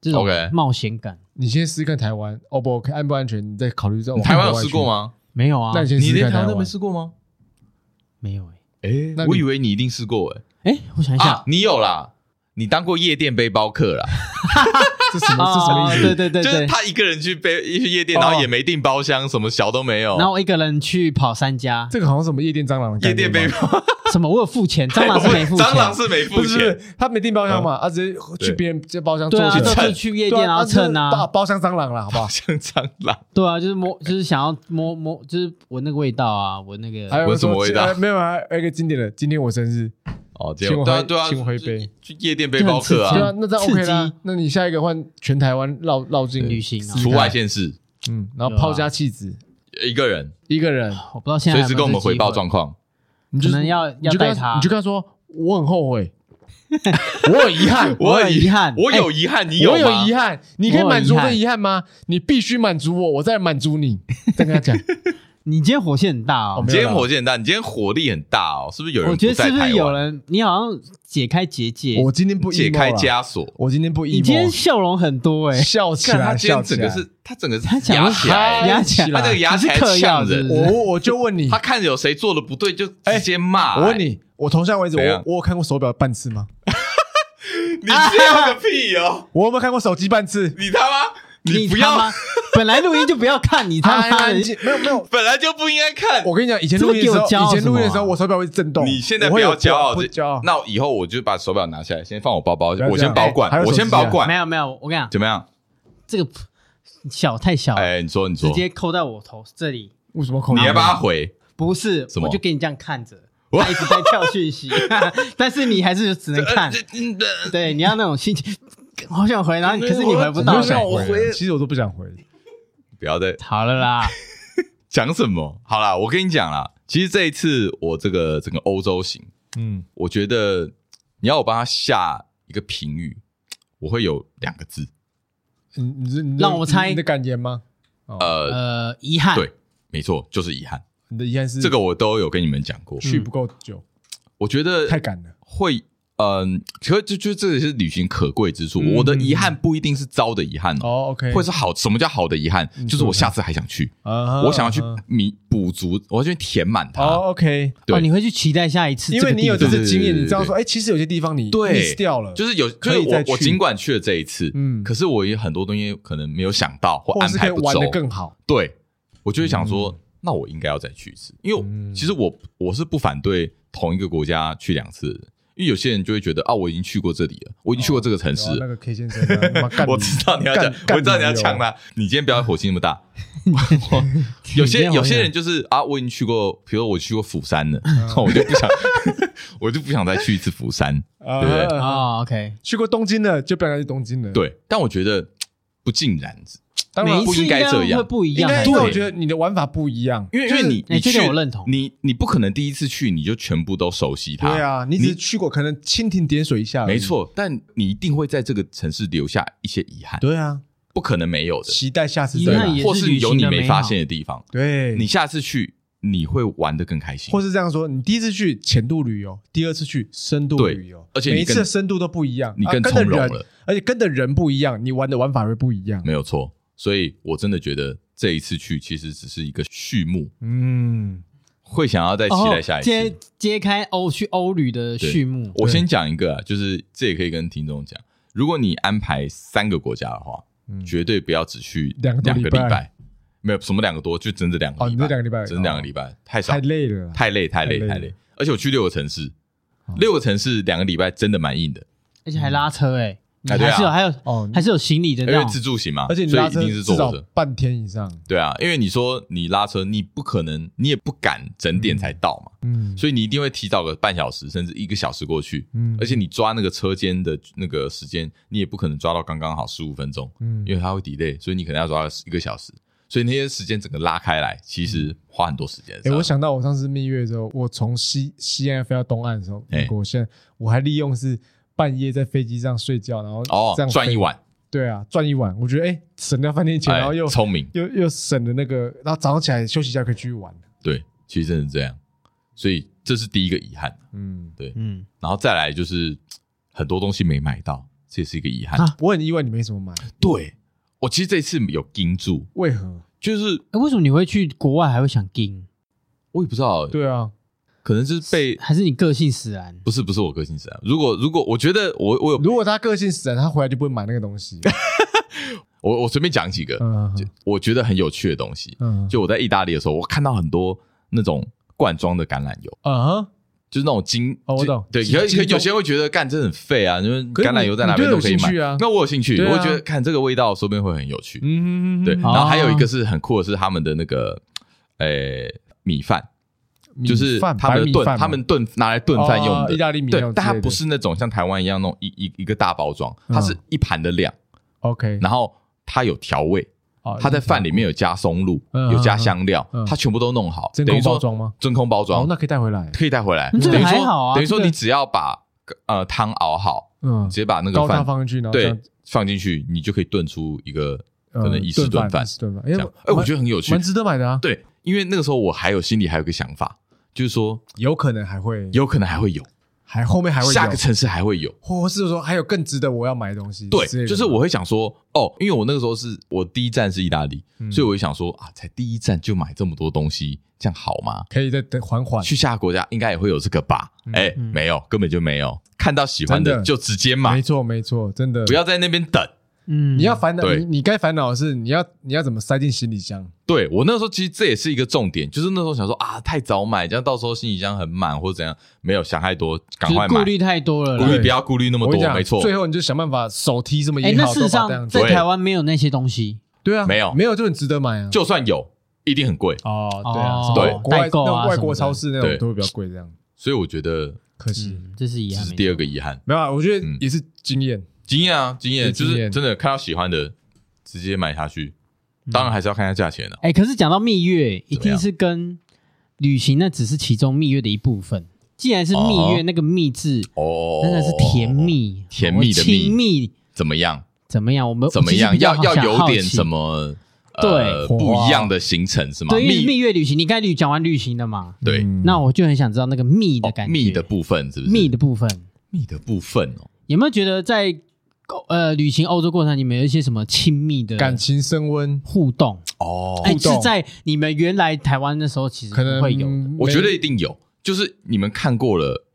S3: 这种
S2: OK
S3: 冒险感
S1: 你先试试看台湾 O 不 OK 安不安全，你再考虑
S3: 哦
S1: 这种。
S2: 台湾有试过？吗？
S3: 没有啊
S1: 那，你先
S2: 你
S1: 试试
S2: 连
S1: 看
S2: 台
S1: 台
S2: 湾都没
S1: 湾。
S2: 试过吗？
S3: 没有哎、
S2: 哎
S1: 那，你
S2: 我以为你一定试过哎。
S3: 哎、我想一下，
S2: 啊，你有啦，你当过夜店背包客啦，
S1: 这什么
S3: 啊
S1: 是什么意思？
S3: 对对对
S2: 就是
S3: 对。
S2: 他一个人去背去夜店，
S1: 哦
S2: 然后也没订包厢，什么小都没有
S3: 然。后我一个人去跑三家，
S1: 这个好像什么夜店蟑螂的概
S2: 夜
S1: 念
S2: 店背
S1: 吧
S2: 包，
S3: 什么我有付钱， 蟑螂是没付钱，
S2: 蟑螂是没付
S1: 不是不
S2: 钱，
S1: 是，他没订包厢嘛，他直接去别人这包厢
S3: 对
S1: 坐
S3: 啊，
S1: 起
S3: 就
S1: 来
S2: 蹭
S3: 是去夜
S1: 对
S3: 店然后
S1: 他就是
S3: 蹭啊，
S1: 大包厢蟑螂了，好不好？
S2: 像蟑螂。
S3: 对啊，就是摸，就是想要摸摸，就是闻那个味道啊，闻那个。
S1: 还有
S2: 闻什么味道
S1: 呃没有啊，还有一个经典的，今天我生日，
S2: 哦，这
S1: 请
S2: 样
S1: 我
S2: 对啊
S1: 喝，
S2: 对啊，
S1: 请我喝一杯
S2: 去去夜店背包客
S3: 就
S1: 对
S3: 很
S2: 啊，
S1: 啊，那这样
S3: 刺
S1: OK 啦
S3: 激。
S1: 那你下一个换全台湾绕绕境
S3: 旅行啊
S1: 试试
S2: 除
S1: 看
S2: 外，县市
S1: 嗯，然后
S3: 对啊
S1: 抛家弃子，
S2: 一个人，
S1: 一个人，
S3: 我不知道现在
S2: 随
S3: 有没
S2: 时
S3: 有
S2: 跟我们
S3: 这个
S2: 回报
S3: 机会
S2: 状况。
S1: 你
S3: 可
S1: 就
S3: 能要
S1: 你
S3: 要
S1: 就
S3: 带
S1: 跟他，
S3: 他，
S1: 你就跟他说，我很后悔，我很遗憾，
S3: 我有遗憾哎
S2: 我有遗憾，你
S1: 我有
S2: 吗
S1: 遗？憾，你可以
S3: 我有
S1: 满足我
S3: 遗
S1: 的
S3: 憾
S1: 遗憾吗？你必须满足我，我再满足你。再跟他讲，
S3: 你今天火气很大
S1: 哦
S3: 哦
S1: 没。
S2: 你今
S1: 有
S2: 天
S1: 啦
S2: 火箭很大，你今天火力很大哦，是不是有人
S3: 我觉得
S2: 在
S3: 是不
S2: 台
S3: 是
S2: 湾
S3: 有人？你好像解开结界，
S1: 我今天不 emo
S3: 啊
S2: 解开
S1: 了，
S2: 枷锁？
S1: 我今天不 emo，
S3: 你今天笑容很多 哎，
S1: 笑起
S2: 看他
S1: 来，
S2: 今天
S1: 笑
S2: 整
S1: 起
S2: 个
S1: 来。
S2: 是，他整个是
S3: 他讲
S2: 压起来，
S3: 牙起来，
S2: 他这个牙
S3: 你
S2: 起
S3: 是
S2: 来
S3: 嗑药
S2: 呛
S3: 是
S2: 人
S3: 不是，
S1: 我我就问你
S2: 他，看有谁做的不对就直接骂。
S1: 哎我问，你，我从现在为止，
S2: 怎样
S1: 我我有看过手表半次吗？
S2: 你
S3: 啊
S2: 这样个屁哦！
S1: 我有没有看过手机半次？
S2: 你他妈，
S3: 你
S2: 不
S3: 他
S2: 要，
S3: 妈，本来录音就不要看你他妈
S1: 安
S3: 的
S1: 安，静没有没有，
S2: 本来就不应该看。
S1: 我跟你讲，以前
S3: 这么
S1: 录音的时候，
S3: 给我骄傲
S1: 以前录音的时
S3: 什
S1: 候，
S3: 么啊
S1: 我手表会震动。
S2: 你现在
S1: 我
S2: 不
S1: 会有
S2: 要骄傲，
S1: 不
S2: 这
S1: 骄傲。
S2: 那我以后我就把手表拿下来，先放我包包，
S1: 不要这样
S2: 我先保管
S1: 哎还，有
S2: 我先
S1: 手机啊
S2: 保管
S3: 没，有没有，我跟你讲，
S2: 怎么样？
S3: 这个小太小了，
S2: 哎，你说，你说
S3: 直，接扣在我头这里，
S1: 为什么口音？
S2: 你要把它回，
S3: 不是
S2: 什，么
S3: 我就给你这样看着，
S2: 我呃
S3: 他一直在跳讯息， 但是你还是只能看， 对，你要那种心情，好想回，然后你可是你回不
S1: 我没
S3: 到
S1: 有。想
S2: 我
S1: 回
S2: 回
S1: 了，其实我都不想回。
S2: 不要再
S3: 好了啦，
S2: 讲什么？好啦，我跟你讲啦，其实这一次我这个整个欧洲行，
S1: 嗯，
S2: 我觉得你要我帮他下一个评语，我会有两个字，
S1: 你嗯你是你的
S3: 让我猜
S1: 你的感言吗？
S2: 呃，
S3: 呃，遗憾，嗯
S2: 对，没错，就是遗憾。
S1: 你的遗憾是
S2: 这个我都有跟你们讲过，
S1: 去不够久，
S2: 我觉得
S1: 太赶了。
S2: 会，嗯，可就就这也是旅行可贵之处。
S1: 嗯
S2: 我的遗憾不一定是糟的遗憾
S3: 嗯
S2: 哦，
S1: 哦，OK，
S2: 或者是好。什么叫好的遗憾？
S1: 嗯
S2: 就是我下次还想去，
S1: 啊
S2: 我想要去
S1: 啊
S2: 弥补足，我要去填满它。
S1: 哦，OK，
S2: 对
S3: 嗯哦，你会去期待下一次
S1: 因
S3: 这个
S1: 为
S3: 地方，
S1: 你有
S2: 对
S1: 这次
S2: 对
S1: 经验，
S2: 对对
S1: 你知道说，
S2: 对
S1: 哎，其实有些地方你
S2: 对
S1: miss 掉了，
S2: 就是有，就
S1: 可
S2: 是
S1: 以再
S2: 我
S1: 去
S2: 我尽管去了这一次，
S1: 嗯
S2: 可是我也很多东西可能没有想到或
S1: 或
S2: 安
S1: 是可
S2: 排
S1: 以
S2: 不
S1: 玩
S2: 周
S1: 的，更好。
S2: 对我就会想说，那我应该要再去一次，因为
S1: 嗯
S2: 我其实我我是不反对同一个国家去两次的，因为有些人就会觉得啊，我已经去过这里了，我已经去过这个城市
S1: 然后
S2: 了
S1: 那，个 K 先生啊，他妈干 你
S2: 我知道你要讲，
S1: 干
S2: 我知道你要
S1: 干
S2: 抢
S1: 你
S2: 他。你今天不要火气那么 大。我有些有些人就是啊，我已经去过，比如说我去过釜山了，
S1: 嗯
S2: 我就不想，我就不想再去一次釜山。
S1: 哦
S2: 对不对
S1: 啊
S3: 哦，OK，
S1: 去过东京的就不要再去东京了。，
S2: 对，但我觉得不尽然，
S1: 当然
S3: 每一
S2: 不
S3: 次
S2: 应该这
S3: 会
S2: 样
S3: 不一
S1: 应
S3: 样
S1: 该，
S3: 哎
S1: 因为
S2: 对
S1: 我觉得你的玩法不一样，
S2: 因为因
S1: 就是
S2: 为你
S3: 哎
S2: 你
S3: 这
S2: 去
S3: 点我认同
S2: 你你不可能第一次去你就全部都熟悉它。
S1: 对啊，你只是去过，可能蜻蜓点水一下，
S2: 没。错，但你一定会在这个城市留下一些遗憾，
S1: 对啊，
S2: 不可能没有的，
S1: 期待下次
S3: 遗
S1: 再
S3: 憾
S1: 来
S3: 也。
S2: 或
S3: 是
S2: 是
S3: 旅行
S2: 有你
S3: 的美
S2: 没发
S3: 好
S2: 现的地方。
S1: 对，
S2: 你下次去你会玩的更开心
S1: 或。是这样说，你第一次去浅度旅游，第二次去深度旅游，
S2: 对而且你
S1: 每一次
S2: 更
S1: 的深度都不一样，
S2: 你
S1: 啊
S2: 更
S1: 跟的
S2: 从容
S1: 人
S2: 了，
S1: 而且跟的人不一样，你玩的玩法会不一样。
S2: 没有错。所以我真的觉得这一次去其实只是一个序幕，
S1: 嗯，
S2: 会想要再期待下一次。
S3: 哦揭揭开欧去欧旅的
S2: 对
S3: 序幕，
S2: 我先讲一个啊，就是这也可以跟听众讲，如果你安排三个国家的话，
S1: 嗯
S2: 绝对不要只去
S1: 两个多
S2: 两个
S1: 礼
S2: 礼
S1: 拜
S2: 拜，没有什么两个多，就真的两个
S1: 哦
S2: 礼
S1: 你
S2: 拜，
S1: 这两个礼拜哦
S2: 真的两个礼拜，太少
S1: 太，累了啦，
S2: 太累，太累，
S1: 太累
S2: 太
S1: 了哦
S2: 累。而且我去六个城市，六个城市两个礼拜真的蛮硬的，
S3: 而且还拉车哎，你
S2: 啊对
S3: 还
S2: 啊
S3: 是有还有
S1: 哦
S3: 还是有行李的
S2: 因
S3: 那
S2: 为
S3: 种
S2: 自，助型嘛，
S1: 而且
S2: 啊
S1: 你
S2: 所以
S1: 拉
S2: 一
S1: 车
S2: 定是
S1: 至
S2: 坐
S1: 少
S2: 着。
S1: 半天以上，
S2: 对啊，因为你说你拉车，你不可能，你也不敢整点才到嘛，
S1: 嗯，
S2: 所以你一定会提早个半小时甚至一个小时过去。
S1: 嗯
S2: 而且你抓那个车间的那个时间，你也不可能抓到刚刚好十五分钟，
S1: 嗯
S2: 因为它会 delay，所以你可能要抓到一个小时。所以那些时间整个拉开来，其实花很多时间。
S1: 哎、我想到我上次蜜月的时候，我从西西安飞到东岸的时候，
S2: 哎
S1: 美国现在我还利用是半夜在飞机上睡觉，然后
S2: 哦
S1: 这样，
S2: 转
S1: 飞
S2: 一，晚，
S1: 对啊，赚一晚，我觉得哎、省掉饭店钱，
S2: 哎
S1: 然后又、
S2: 聪明，
S1: 又又省了那个，然后早上起来休息一下可以继续玩，
S2: 对，其实真的是这样。所以这是第一个遗憾，
S1: 嗯，
S3: 嗯，
S2: 然后再来就是很多东西没买到，这也是一个遗憾。
S3: 啊
S1: 我很意外你没什么买，
S2: 对我其实这次有盯住，
S1: 为何？
S2: 就是
S3: 哎，为什么你会去国外还会想盯？
S2: 我也不知道，
S1: 对啊，
S2: 可能就是被
S3: 还是你个性使然？
S2: 不是不是我个性使然。如果如果我觉得我我有
S1: 如果他个性使然，他回来就不会买那个 东西，
S2: 我我随便讲几个，
S1: 嗯
S2: 就我觉得很有趣的东西。
S1: 嗯，
S2: 就我在意大利的时候，我看到很多那种罐装的橄榄油，
S1: 啊哈，
S2: 就是那种精
S1: 哦我
S2: 就
S1: 懂
S2: 对，
S1: 精
S2: 可可
S1: 精
S2: 有些人会觉得干这很废啊，因为
S1: 可是
S2: 橄榄油在哪
S1: 你
S2: 边
S1: 你
S2: 都
S1: 就
S2: 可
S1: 有
S2: 以
S1: 兴
S2: 买
S1: 趣啊
S2: 那我有兴趣，
S1: 对啊
S2: 我会觉得看这个味道，说不定会很有趣。
S1: 嗯
S2: 对，然
S1: 好
S2: 后还有一个是很酷的是他们的那个呃米饭，就是
S1: 嗯米饭
S2: 他们
S1: 白
S2: 的
S1: 米
S2: 炖
S1: 饭嘛
S2: 他们炖拿来炖饭用
S1: 哦
S2: 的
S1: 意大利米那
S2: 对
S1: 种，
S2: 但它
S1: 之类的
S2: 不是那种像台湾一样那种一一一个大包装，它是
S1: 嗯
S2: 一盘的量，
S1: OK，
S2: 然后它有调味，
S1: 哦
S2: 它在饭里面有加松露，
S1: 嗯
S2: 有加香料
S1: 嗯嗯，
S2: 它全部都弄好，
S1: 真
S2: 等于
S1: 空
S2: 说
S1: 包装吗？
S2: 真空包
S1: 哦
S2: 装，，
S1: 那可以带回来，
S2: 可以带回来，
S3: 嗯这
S2: 等
S3: 个
S2: 于
S3: 还好
S2: 说
S3: 啊
S2: 等于说
S3: 这个
S2: 你只要把呃汤熬好，
S1: 嗯
S2: 直，接把那个
S1: 高汤
S2: 饭
S1: 放进去，然后这
S2: 对
S1: 样
S2: 放进去，你就可以炖出一个
S1: 呃
S2: 可能意式
S1: 炖
S2: 炖饭
S1: 意式炖饭，
S2: 这
S1: 哎
S2: 样。哎，我觉得很有
S1: 蛮
S2: 趣
S1: 蛮，值得买的啊，
S2: 对，因为那个时候我还有心里还有一个想法，就是说
S1: 有可能还会
S2: 有可能还会有，
S1: 还后面嗯还会有嗯
S2: 下个城市还会有。
S1: 或是说还有更值得我要买的东西之
S2: 对
S1: 类的吗。，
S2: 就是我会想说，哦，因为我那个时候是我第一站是意大利，
S1: 嗯
S2: 所以我就想说啊，才第一站就买这么多东西，这样好吗？
S1: 可以再等缓缓，
S2: 去下个国家应该也会有这个吧？哎、
S1: 嗯
S3: 嗯
S2: 没有，根本就没有，看到喜欢
S1: 真
S2: 的
S1: 的
S2: 就直接
S1: 没
S2: 买，
S1: 错没错，真的
S2: 不要在那边等。
S3: 嗯，
S1: 你要烦恼，
S2: 对
S1: 你你该烦恼的是你要你要怎么塞进行李箱，
S2: 对我那时候其实这也是一个重点，就是那时候想说啊，太早买，这样到时候行李箱很满或者怎样，没有想太多，赶
S3: 就是
S2: 快
S3: 顾
S2: 买，
S3: 虑太多了啦。
S2: 顾虑不要顾虑那么
S1: 我跟你
S2: 多，
S1: 讲，
S2: 没错，
S1: 最后你就想办法手提什么
S3: 哎，
S1: 也
S3: 那
S1: 好，
S3: 事
S1: 都
S3: 实
S1: 把它这样
S3: 上
S1: 子
S3: 在
S2: 对
S3: 台湾没有那些东西，
S1: 对啊，
S2: 没有
S1: 没有就很值得买啊，
S2: 就算有，一定很贵。
S1: 哦对啊，
S3: 哦
S1: 什么
S2: 对
S1: 国外
S3: 代购啊
S1: 那种外
S3: 什么
S1: 国
S3: 的
S1: 超市那种
S2: 对
S1: 都会比较贵，这样
S2: 所以我觉得
S1: 可惜
S3: 嗯，这是遗
S2: 这
S3: 憾
S2: 是。
S3: 没
S2: 第
S3: 错
S2: 二个遗憾，
S1: 没有啊，我觉得
S2: 嗯
S1: 也是经验，
S2: 经验啊，经验
S1: 对
S2: 就
S1: 经
S2: 是
S1: 验
S2: 真的看到喜欢的直接买下去，
S3: 嗯
S2: 当然还是要看一下价钱啊了、
S3: 哎，可是讲到蜜月，一
S2: 怎么样
S3: 定是跟旅行那只是其中蜜月的一部分。既然是蜜
S2: 哦
S3: 月，那个蜜字
S2: 哦，
S3: 真的是甜，蜜，
S2: 甜蜜的蜜
S3: 亲密
S2: 怎么样？
S3: 怎么样？我们
S2: 怎么
S3: 我其实
S2: 样？
S3: 比较
S2: 要
S3: 好
S2: 要
S3: 想
S2: 有
S3: 好
S2: 点
S3: 奇
S2: 什么？呃
S3: 对
S2: 不一样的行程是吗？
S3: 对，因为
S2: 蜜
S3: 蜜月旅行，你刚才旅讲完旅行了嘛，
S2: 对
S1: 嗯
S3: 那我就很想知道那个蜜的
S2: 哦
S3: 感觉，
S2: 蜜的部分是不是？
S3: 蜜的部分，
S2: 蜜的部分哦，
S3: 有没有觉得在呃旅行欧洲过程，你们有一些什么亲密的
S1: 感情升温，
S3: 互动？
S2: 哦，
S3: 哎，
S1: 互动
S3: 是在你们原来台湾的时候，其实
S1: 可能
S3: 不会有的。
S2: 我觉得
S1: 没
S2: 一定有，就是你们看过了，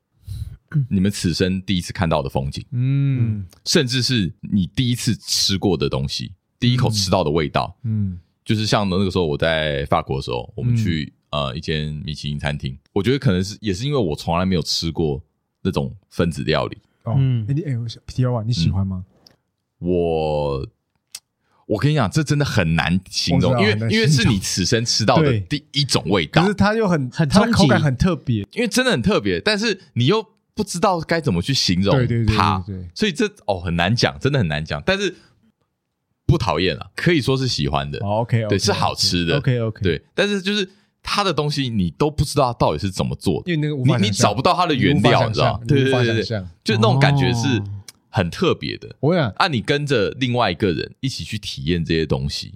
S2: 你们此生第一次看到的风景，
S1: 嗯
S2: 甚至是你第一次吃过的东西，第一口吃到的味道，
S1: 嗯
S2: 就是像那个时候我在法国的时候，我们去、呃一间米其林餐厅，我觉得可能是也是因为我从来没有吃过那种分子料理，
S1: 哦，
S3: 嗯
S1: 哎你哎我想提到啊，你喜欢吗？
S2: 嗯我我跟你讲，这真的很难形容
S1: 我，知
S2: 因
S1: 道
S2: 为
S1: 很难
S2: 因为
S1: 形
S2: 是
S1: 容
S2: 你此生吃到的
S1: 对
S2: 第一种味道
S1: 可是，它又很
S3: 很
S1: 它的
S3: 冲
S1: 口感
S3: 击
S1: 很特别，
S2: 因为真的很特别，但是你又不知道该怎么去形容它，
S1: 对对对对对
S2: 所以这哦很难讲，真的很难讲，但是不讨厌了，可以说是喜欢的，
S1: 哦，OK，
S2: 对，是好吃的
S1: OK OK，，
S2: 对，但是就是它的东西你都不知道它到底是怎么做的，
S1: 因为那个无
S2: 你
S1: 法
S2: 你
S1: 想象
S2: 找不到它的
S1: 你
S2: 原
S1: 无法
S2: 料，
S1: 想
S2: 你知道吗
S1: 象？
S2: 对对
S1: 你无法
S2: 对对
S1: 想象
S2: 就那种感觉是
S3: 哦
S2: 很特别的。
S1: 我跟你讲，
S2: 啊，你跟着另外一个人一起去体验这些东西，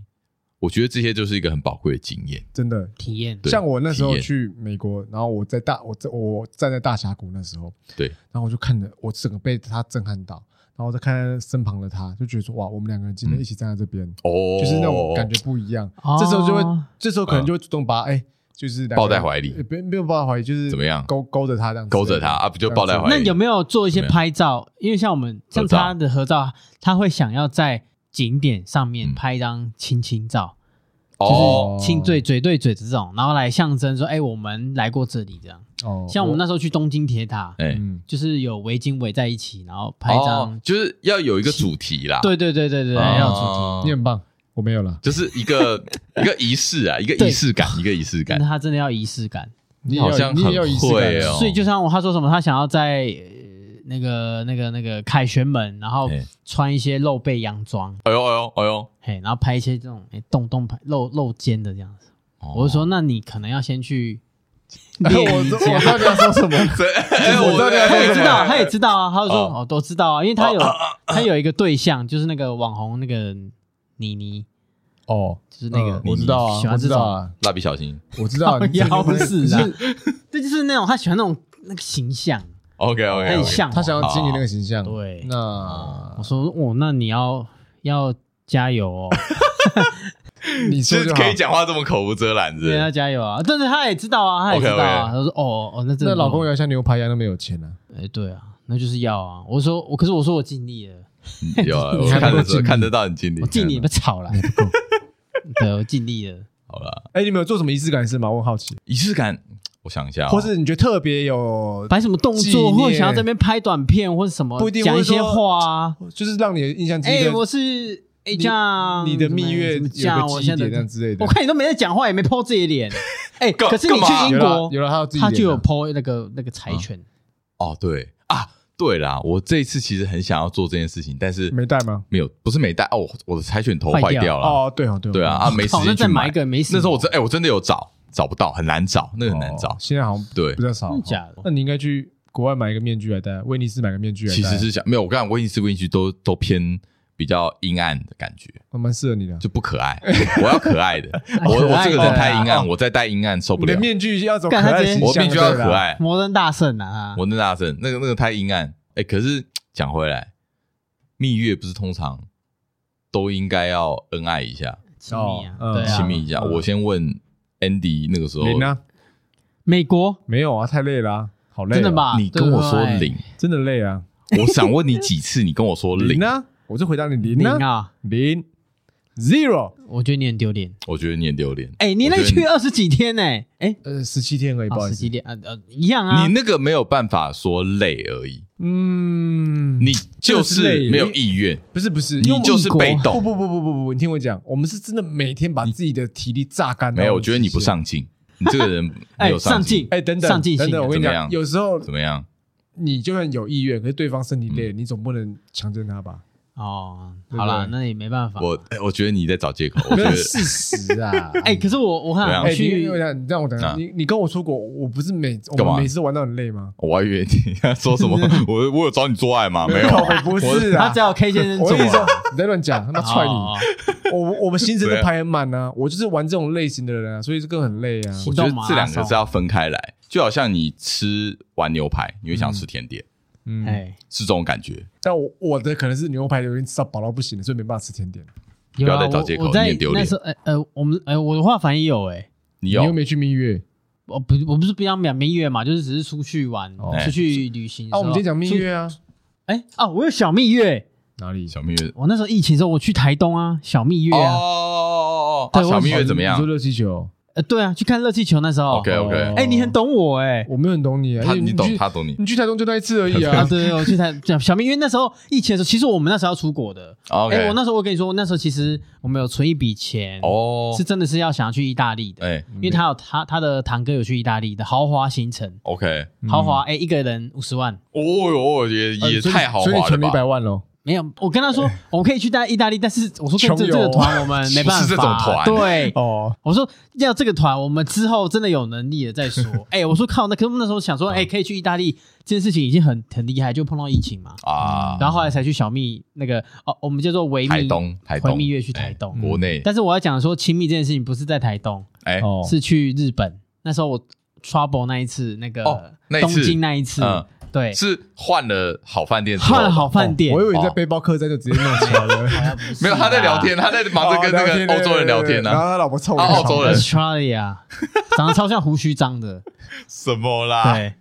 S2: 我觉得这些就是一个很宝贵的经验。
S1: 真的，
S3: 体验，
S2: 对
S1: 像我那时
S2: 体
S1: 候
S2: 验
S1: 去美国，然后我在大我在我站在大峡谷那时候，
S2: 对
S1: 然后我就看着我整个被他震撼到，然后我再看身旁的他，就觉得说哇，我们两个人
S2: 嗯
S1: 今天一起站在这边，
S2: 哦，
S1: 就是那种感觉不一样。
S3: 哦
S1: 这时候就会，这时候可能就会主动把哎，就是两个
S2: 嗯
S1: 人
S2: 抱在怀里
S1: 呃没没有抱在怀里，就是
S2: 怎么样
S1: 勾勾着他这样子，
S2: 勾着他啊，不就抱在怀
S3: 那
S2: 里？
S3: 有没有做一些
S2: 怎么样
S3: 拍照？因为像我们像
S2: 合照嗯
S3: 他的合照，他会想要在景点上面拍一张亲亲照，
S2: 哦，
S3: 就是亲嘴嘴对嘴的这种，然后来象征说，哎，我们来过这里这样。
S1: 哦，
S3: 像我们那时候去东京铁塔，
S2: 哎，
S1: 嗯，
S3: 就是有围巾围在一起，然后拍一张
S2: 哦，就是要有一个主题啦，
S3: 对对对对对，
S2: 哦，
S3: 要有主
S1: 你很棒，我没有了。
S2: 就是一个一个仪式啊，一个仪式感，一个仪式
S3: 题，但
S2: 感
S3: 是。他真的要仪式感。
S1: 你也要
S2: 好像
S1: 你也要
S2: 很
S1: 仪式感
S2: 会哦
S3: 所以就像我他说什么，他想要在呃那个那个那个凯旋门，然后
S2: 哎
S3: 穿一些露背洋装，
S2: 哎呦哎呦哎呦！
S3: 嘿，然后拍一些这种哎洞洞拍露露肩的这样子。
S2: 哦
S3: 我就说，那你可能要先去
S1: 哎
S3: 练
S1: 我
S3: 瑜
S1: 我
S3: 伽。
S1: 到底要说什么？
S2: 这哎，
S1: 我到底要
S3: 他也
S1: 说
S3: 知
S1: 什
S3: 道，
S1: 么
S3: 他也知道啊。他就说：“
S2: 哦
S3: 哦，都知道啊，因为他有
S2: 哦
S3: 他有一个对象，就是那个网红那个妮妮，
S1: 哦，
S3: 就是那个
S1: 嗯我知道啊
S3: 喜，欢
S1: 我
S3: 这
S1: 知
S3: 种
S1: 道啊，
S2: 蜡笔小新
S1: 我知道，啊 你
S3: 要不是啊
S1: 就是，
S3: 这就是那种他喜欢那种那个形象，
S2: ，OK
S3: 他
S2: OK，
S3: 很向往
S1: 他想要
S2: 啊
S1: 经营那个形象。
S3: 对
S1: 那
S3: 我说哦，那你要要加 油哦，
S1: 你
S2: 其
S1: 说
S2: 实
S1: 就好
S2: 可以。讲话这么口无遮拦，是不
S3: 对，要
S2: 是？
S3: 加油啊！但是他也知道啊，他也知道啊。
S2: OK，OK
S3: 他说哦哦，那真的
S1: 那
S3: 不
S1: 老公要像牛排一样都没有钱啊，
S3: 哎，对啊，那就是要啊。我说我，可是我说我尽力了，
S2: 嗯有啊，我
S1: 你还不
S2: 看
S1: 够
S2: 得出
S1: 尽力
S2: 看得到你尽力，
S3: 我尽力，
S2: 看
S3: 别
S2: 得
S3: 吵了。对，我尽力了。
S2: 到好了。
S1: 哎，你们有做什么仪式感是吗？我很好奇，
S2: 仪式感，我想一下哦，
S1: 或是你觉得特别有，
S3: 摆什么动
S1: 纪
S3: 作，
S1: 念
S3: 或者想要在那边拍短片，或者什么，
S1: 不一定
S3: 讲一
S1: 或者
S3: 些
S1: 说
S3: 话啊。
S1: 就是让你的印象之
S3: 哎，
S1: 的
S3: 我是哎这样，
S1: 你的蜜月有
S3: 怎
S1: 个
S3: 么这样？我
S1: 记忆
S3: 现在
S1: 点这样之类的
S3: 我。看你都没在讲话，也没剖自己的脸。哎，
S2: 干
S3: 可是你
S2: 干
S3: 去
S2: 嘛
S3: 英
S1: 有啦
S3: 国，
S1: 有了，他有自己
S3: 他就有
S1: 点啊
S3: 剖那个那个柴犬。
S2: 哦，对啊，对啦，我这一次其实很想要做这件事情，但是
S1: 没带吗？
S2: 没有，不是没带哦，我我的柴犬头坏
S3: 坏掉
S2: 掉了，
S1: 哦，对哦，对哦，
S2: 对啊，啊，没时
S3: 靠，那
S2: 间去
S3: 再买一个也没死。
S2: 那时候我真哎，我真的有找，找不到，很难找，那个
S1: 哦，
S2: 很难找。
S1: 现在好像
S2: 对
S1: 比较少
S3: 真。的假的
S1: 那你应该去国外买一个面具来戴，啊威尼斯买个面具来戴，
S2: 其
S1: 啊
S2: 实是想没有，我刚才威尼斯、威尼斯都都偏比较阴暗的感觉，
S1: 还蛮适合你的。
S2: 就不可 爱。我要可爱的，我
S3: 可爱的
S2: 我这个人太阴
S3: 哦
S2: 暗，我再戴阴暗受不
S1: 你的
S2: 了。
S1: 面具要走可
S3: 干他
S1: 爱
S3: 直接
S1: 形
S2: 我
S1: 象
S2: 必
S1: 就
S2: 须
S1: 对嗯
S2: 要
S1: 了，
S2: 可爱，
S3: 摩登大圣啊，
S2: 我那大圣那个那个太阴暗。哎，可是讲回来，蜜月不是通常都应该要恩爱一下、
S3: 亲密啊，
S1: 哦嗯
S3: 对啊，
S2: 亲密一下？
S1: 嗯
S2: 我先问 Andy 那个时候，
S1: 零啊，
S3: 美国
S1: 没有啊，太累了啊，好累，
S3: 真的？吧？
S2: 你跟我说
S3: 对不对
S2: 零，
S1: 真的累啊，
S2: 我想问你几次，你跟我 说零
S1: 零？啊，我就回答你零
S3: 零
S1: 啊，
S3: 啊，
S1: 零 zero，
S3: 我觉得你很丢脸。
S2: 我觉得你很丢脸。
S3: 哎，你那
S2: 我觉得
S3: 去二十几天呢？哎，
S1: 呃，十七天而已，不好
S3: 二
S1: 意
S3: 十
S1: 思
S3: 几，天啊，呃，一样啊
S2: 你。那个没有办法说累而已，
S1: 嗯，
S2: 你就
S1: 真的是累
S2: 是没有意愿，
S1: 不是不是，因为
S2: 你
S1: 我
S2: 就是被
S1: 不
S2: 动。
S1: 不不不不不，你听我讲，我们是真的每天把自己的体力榨干。
S2: 没有，我觉得你不。上进，你这个人没有
S3: 上
S2: 进
S3: 进，
S1: 哎，等等，
S3: 上进心
S1: 等等，我跟你
S2: 怎么
S1: 讲，
S2: 样
S1: 有时候
S2: 怎么嗯样？
S1: 你就算有意愿，可是对方身体累了，你总不能强奸他吧？
S3: 哦，
S1: 对不对
S3: 好啦，那也没办法。
S2: 我哎我觉得你在找借口，我
S1: 没
S2: 觉
S1: 有
S2: 得
S1: 事实啊。
S3: 哎，可是我我看
S2: 对啊
S3: 我
S1: 哎，你
S3: 去
S1: 我想你让我
S2: 啊
S1: 等你，你跟我出国，我不是每我
S2: 干
S1: 们
S2: 嘛
S1: 每次玩到很累吗？
S2: 我还以为你要说什么，我我有找你做爱吗？ 没有
S1: 靠
S2: 啊，
S1: 北不是
S3: 他
S1: 啊
S3: 只。有 K 先生
S1: 我
S3: 做
S1: 跟你说
S3: 啊，，
S1: 你在乱讲，他妈踹你！
S3: 哦
S1: 我我们行程都
S2: 对啊
S1: 排很满啊，我就是玩这种类型的人啊，所以这个很累啊。
S2: 我
S3: 行
S2: 觉
S3: 动
S2: 得
S3: 马
S2: 这
S3: 拉
S2: 两个
S3: 松
S2: 是。要分开来，就好像你吃完牛排，你会想吃甜点，
S1: 嗯，
S3: 哎，
S2: 是这种感觉。
S1: 但我我的可能是牛排有点吃到饱到不行了，所以没办法吃甜点。
S3: 有啊
S2: 不要再找借口
S3: 我我在
S2: 你很丢脸
S3: 那时候，呃呃，我们呃，我的话反正也有哎，
S2: 你
S1: 你又
S2: 有
S1: 没去蜜月，
S3: 我不我不是不要讲蜜月嘛，就是只是出去玩
S1: 哦，
S3: 出去旅行的时
S1: 啊，
S3: 候。
S1: 我们今天讲蜜
S3: 出
S1: 月啊，
S3: 哎啊，我有小蜜月。
S1: 哪里？
S2: 小蜜月？
S3: 我那时候疫情的时候，我去台东啊，小蜜月
S2: 哦
S3: 啊，
S2: 哦哦哦
S3: 对
S2: 哦，
S3: 我
S2: 小蜜月怎么
S1: 你
S2: 样
S1: 说热气球，
S3: 呃，对啊，去看热气球那时候。
S2: ？OK OK，
S1: 哦
S3: 哎，你很懂我哎。
S1: 我没有很懂你啊，
S2: 他
S1: 因为
S2: 你懂，
S1: 去
S2: 他懂你
S1: 你去台东就那一次 而已
S3: 啊，
S1: 啊。
S3: 对，对我去台讲小蜜月那时候疫情的时候，其实我们那时候要出国的。哎，
S2: ，OK
S3: 我。那时候我跟你说，那时候其实我们有存一笔钱，
S2: 哦，
S3: 是真的是要想要去意大利的，
S2: 哎
S3: 因为他有他他的堂哥有去意大利的豪华行程，
S2: ，OK，
S1: 嗯
S3: 豪华哎一个人五十万。
S2: 哦哟，也
S1: 啊
S2: 也
S1: 所以
S2: 太豪
S1: 所以你
S2: 华了
S1: 存了一百
S2: 吧？
S1: 万喽。
S3: 没有，我跟他说我们可以去带意大利，但是我说跟这
S1: 哎穷游啊
S3: 这个团我们没办法，
S2: 不是这种团
S3: 对，
S1: 哦，
S3: 我说要这个团，我们之后真的有能力了再说。 哎、我说靠，那可是我们那时候想说，哎、
S1: 嗯
S3: 可以去意大利这件事情已经很很厉害，就嗯碰到疫情嘛，
S2: 啊，
S3: 然后后来才去小蜜那个哦，我们叫做维密
S2: 台东，台
S3: 回
S2: 东
S3: 蜜月去台东嗯
S2: 哎国内，
S3: 但是我要讲说亲密这件事情不是在台东，
S2: 哎，
S1: 哦
S3: 是去日本。那时候我 trouble 那一次，那个、
S2: 哦那一
S3: 东
S2: 次
S3: 京那一次，
S2: 嗯
S3: 对，
S2: 是换了好饭店之后，
S3: 哎换了好饭店。
S1: 我以为你在背包客栈就直接弄起来了。
S3: 好像不是
S2: 哦
S3: 啊
S2: 没有他在聊天， 他在忙着跟那
S1: 哦
S2: 个
S1: 聊天
S2: 欧洲人聊天
S1: 对对对对然后
S2: 呢，
S1: 他老婆臭
S2: 啊澳洲人
S3: ，Australia，长得超像胡须章的，
S2: 什么啦？
S3: 对。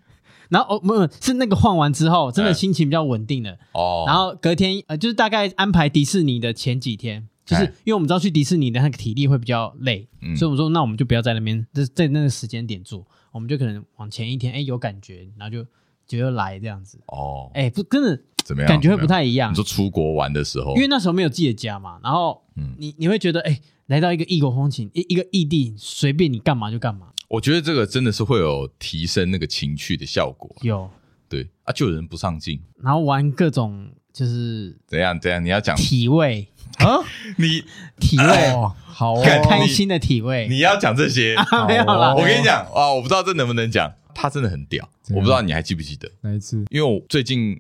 S3: 然后哦，没有，是那个晃完之后，真的
S2: 嗯
S3: 心情比较稳定了。
S2: 哦，
S3: 然后隔天呃，就是大概安排迪士尼的前几天，就是
S2: 哎
S3: 因为我们知道去迪士尼的那个体力会比较累，
S2: 嗯
S3: 所以我们说那我们就不要在那边，就是在那个时间点做，我们就可能往前一天，哎有感觉，然后就就又来这样子，
S2: 哦，
S3: 哎不真的
S2: 怎么样？
S3: 感觉会不
S2: 怎么样
S3: 太一样
S2: 你，说出国玩的时候，
S3: 因为那时候没有自己的家嘛，然后
S2: 嗯
S3: 你你会觉得哎来到一个异国风情，一一个异地，随便你干嘛就干嘛，
S2: 我觉得这个真的是会有提升那个情趣的效果。
S3: 有，
S2: 对啊，就有人不上进，
S3: 然后玩各种就是
S2: 怎样怎样？你要 讲
S3: 体位
S1: 啊，
S2: 你
S3: 体位。
S1: 哦，好哦，
S2: 干
S3: 开心的体位，
S2: 你要讲这些，
S1: 好哦
S3: 没有啦
S2: 我跟你，讲啊，我不知道这能不能讲，他真的很屌，
S1: 怎
S2: 我
S1: 样
S2: 不知道你还记不记得，
S1: 哪一次？
S2: 因为我最近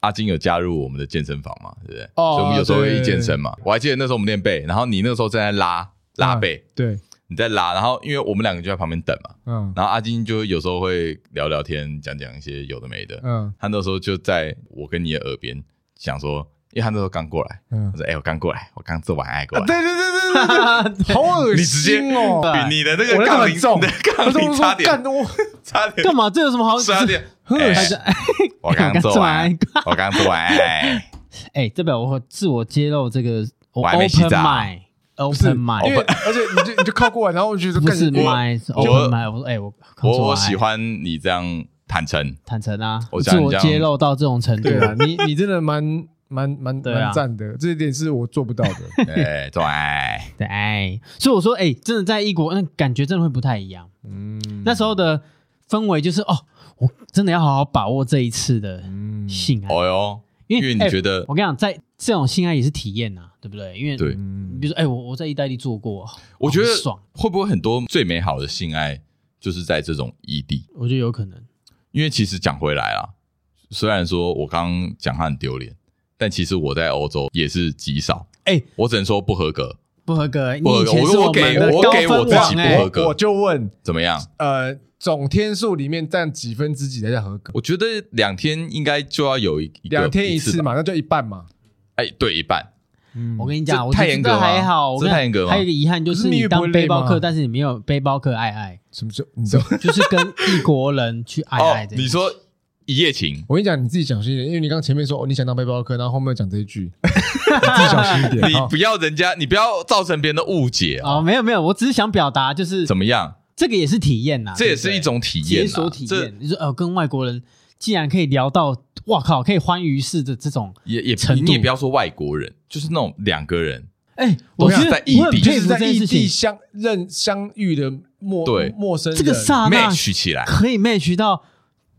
S2: 阿金有加入我们的健身房嘛，对不对？
S1: 哦
S2: 所以我们有时候会
S1: 对嗯
S2: 一健身嘛。我还记得那时候我们练背，然后你那个时候正在拉拉背，
S1: 对，
S2: 你在拉，然后因为我们两个就在旁边等嘛，
S1: 嗯
S2: 然后阿金就有时候会聊聊天，讲讲一些有的没的。
S1: 嗯
S2: 他那时候就在我跟你的耳边讲说，因为他那时候刚过来，
S1: 嗯
S2: 他，说：“哎、我刚过来，我刚做完爱过
S1: 啊
S2: 来。
S1: 对对对对对对，好恶
S2: 你直接
S1: 心哦！
S3: 对
S2: 你的那
S1: 我
S2: 个
S1: 那个
S2: 杠
S1: 很
S2: 铃，
S1: 重
S2: 你的杠
S1: 我说
S2: 铃
S1: 我
S2: 差
S1: 说
S2: 点
S1: 干，嗯我
S2: 差点
S3: 干嘛？这有什么好？
S2: 差 点，
S1: 很恶
S2: 哎
S1: 心
S2: 我刚做 完
S3: 我刚做完，
S2: 我刚做完爱，
S3: 哎，这表我自我揭露这个，我
S2: 我还没
S3: open
S2: 洗澡
S1: 是
S3: mind，open
S1: 因为
S3: mind，
S1: 而且你就你就靠过来，然后我就觉
S2: 哦
S1: 得
S3: 不是
S1: 干你
S3: mind，是
S2: 我
S3: open mind。我说，哎，我刚
S2: 我
S3: 做完
S2: 我喜欢你这样坦诚，
S3: 坦诚啊，
S2: 我想
S3: 自
S2: 你
S3: 我
S2: 这样
S3: 揭露到这种程度
S1: 对，啊，你你真的蛮蛮蛮
S3: 对啊
S1: 蛮赞的，这一点是我做不到的。
S2: 哎，做完爱，
S3: 对，哎，所以我说，哎，真的在异国，那感觉真的会不太一样。
S1: 嗯，
S3: 那时候的氛围就是，哦，我真的要好好把握这一次的
S1: 嗯
S3: 性爱，
S2: 哦哟，因为你
S3: 哎
S2: 觉得
S3: 我跟你讲，在这种性爱也是体验呐，对不对？因为
S2: 对
S1: 嗯
S3: 比如说，哎，我我在意大利做过，
S2: 我觉得
S3: 好爽，
S2: 会不会很多最美好的性爱就是在这种异地？
S3: 我觉得有可能。
S2: 因为其实讲回来啊，虽然说我刚刚讲他很丢脸，但其实我在欧洲也是极少，
S3: 哎，
S2: 我只能说不合格。
S3: 不合格，你
S2: 不合格
S3: 以前
S2: 我
S3: 是
S2: 我
S3: 们
S2: 给
S3: 的
S2: 我
S3: 高
S2: 给
S3: 分
S2: 我自己
S3: 王
S2: 不
S3: 哎
S2: 合格
S1: 我就问，
S2: 怎么样？
S1: 呃，总天数里面占几分之几才叫合格？
S2: 我觉得两天应该就要有一一个
S1: 两天一
S2: 一
S1: 次
S2: 吧，
S1: 嘛，那就一半嘛。
S2: 哎，对一半。
S1: 嗯
S3: 我跟你讲，
S2: 这
S3: 我
S2: 太
S3: 觉得
S2: 严格吗
S3: 还好，我
S2: 这
S3: 跟你
S2: 太严格吗
S3: 还有一个遗憾就
S1: 可是蜜
S3: 你
S1: 月不
S3: 当
S1: 会
S3: 背
S1: 累
S3: 包
S1: 吗
S3: 客，但是你没有背包客爱爱，
S1: 什么时候？你知道？，
S3: 就是跟异国人去爱 爱
S2: 哦，
S3: 这件
S2: 你
S3: 事。
S2: 说一夜情
S1: 我跟你讲，你自己小心一点，因为你刚前面说哦，你想当背包客，然后后面又讲这 一句，你自己小心一点。
S2: 你
S1: 哈
S2: 不要人家，你不要造成别人的误解 啊。
S3: 哦，没有没有，我只是想表达就是
S2: 怎么样？
S3: 这个也是体验呐，
S2: 这也
S3: 啊对
S2: 是
S3: 不对
S2: 一种体验
S3: 解
S2: 啊，
S3: 锁体
S2: 这
S3: 验。你说呃，跟外国人既然可以聊到，哇靠，可以欢愉式的这种，
S2: 也也
S3: 程度
S2: 你也不要说外国人，就是那种两个人，
S3: 哎，
S2: 我
S3: 我觉
S2: 想
S3: 得
S2: 在异
S3: 我很
S2: 地
S1: 就
S3: 佩
S1: 是
S3: 服
S1: 在
S3: 这件
S1: 异
S3: 事
S1: 地
S3: 情，
S1: 相认相遇的陌
S2: 对
S1: 陌生人，
S3: 这个刹啊那
S2: match 起来
S3: 可以 match 到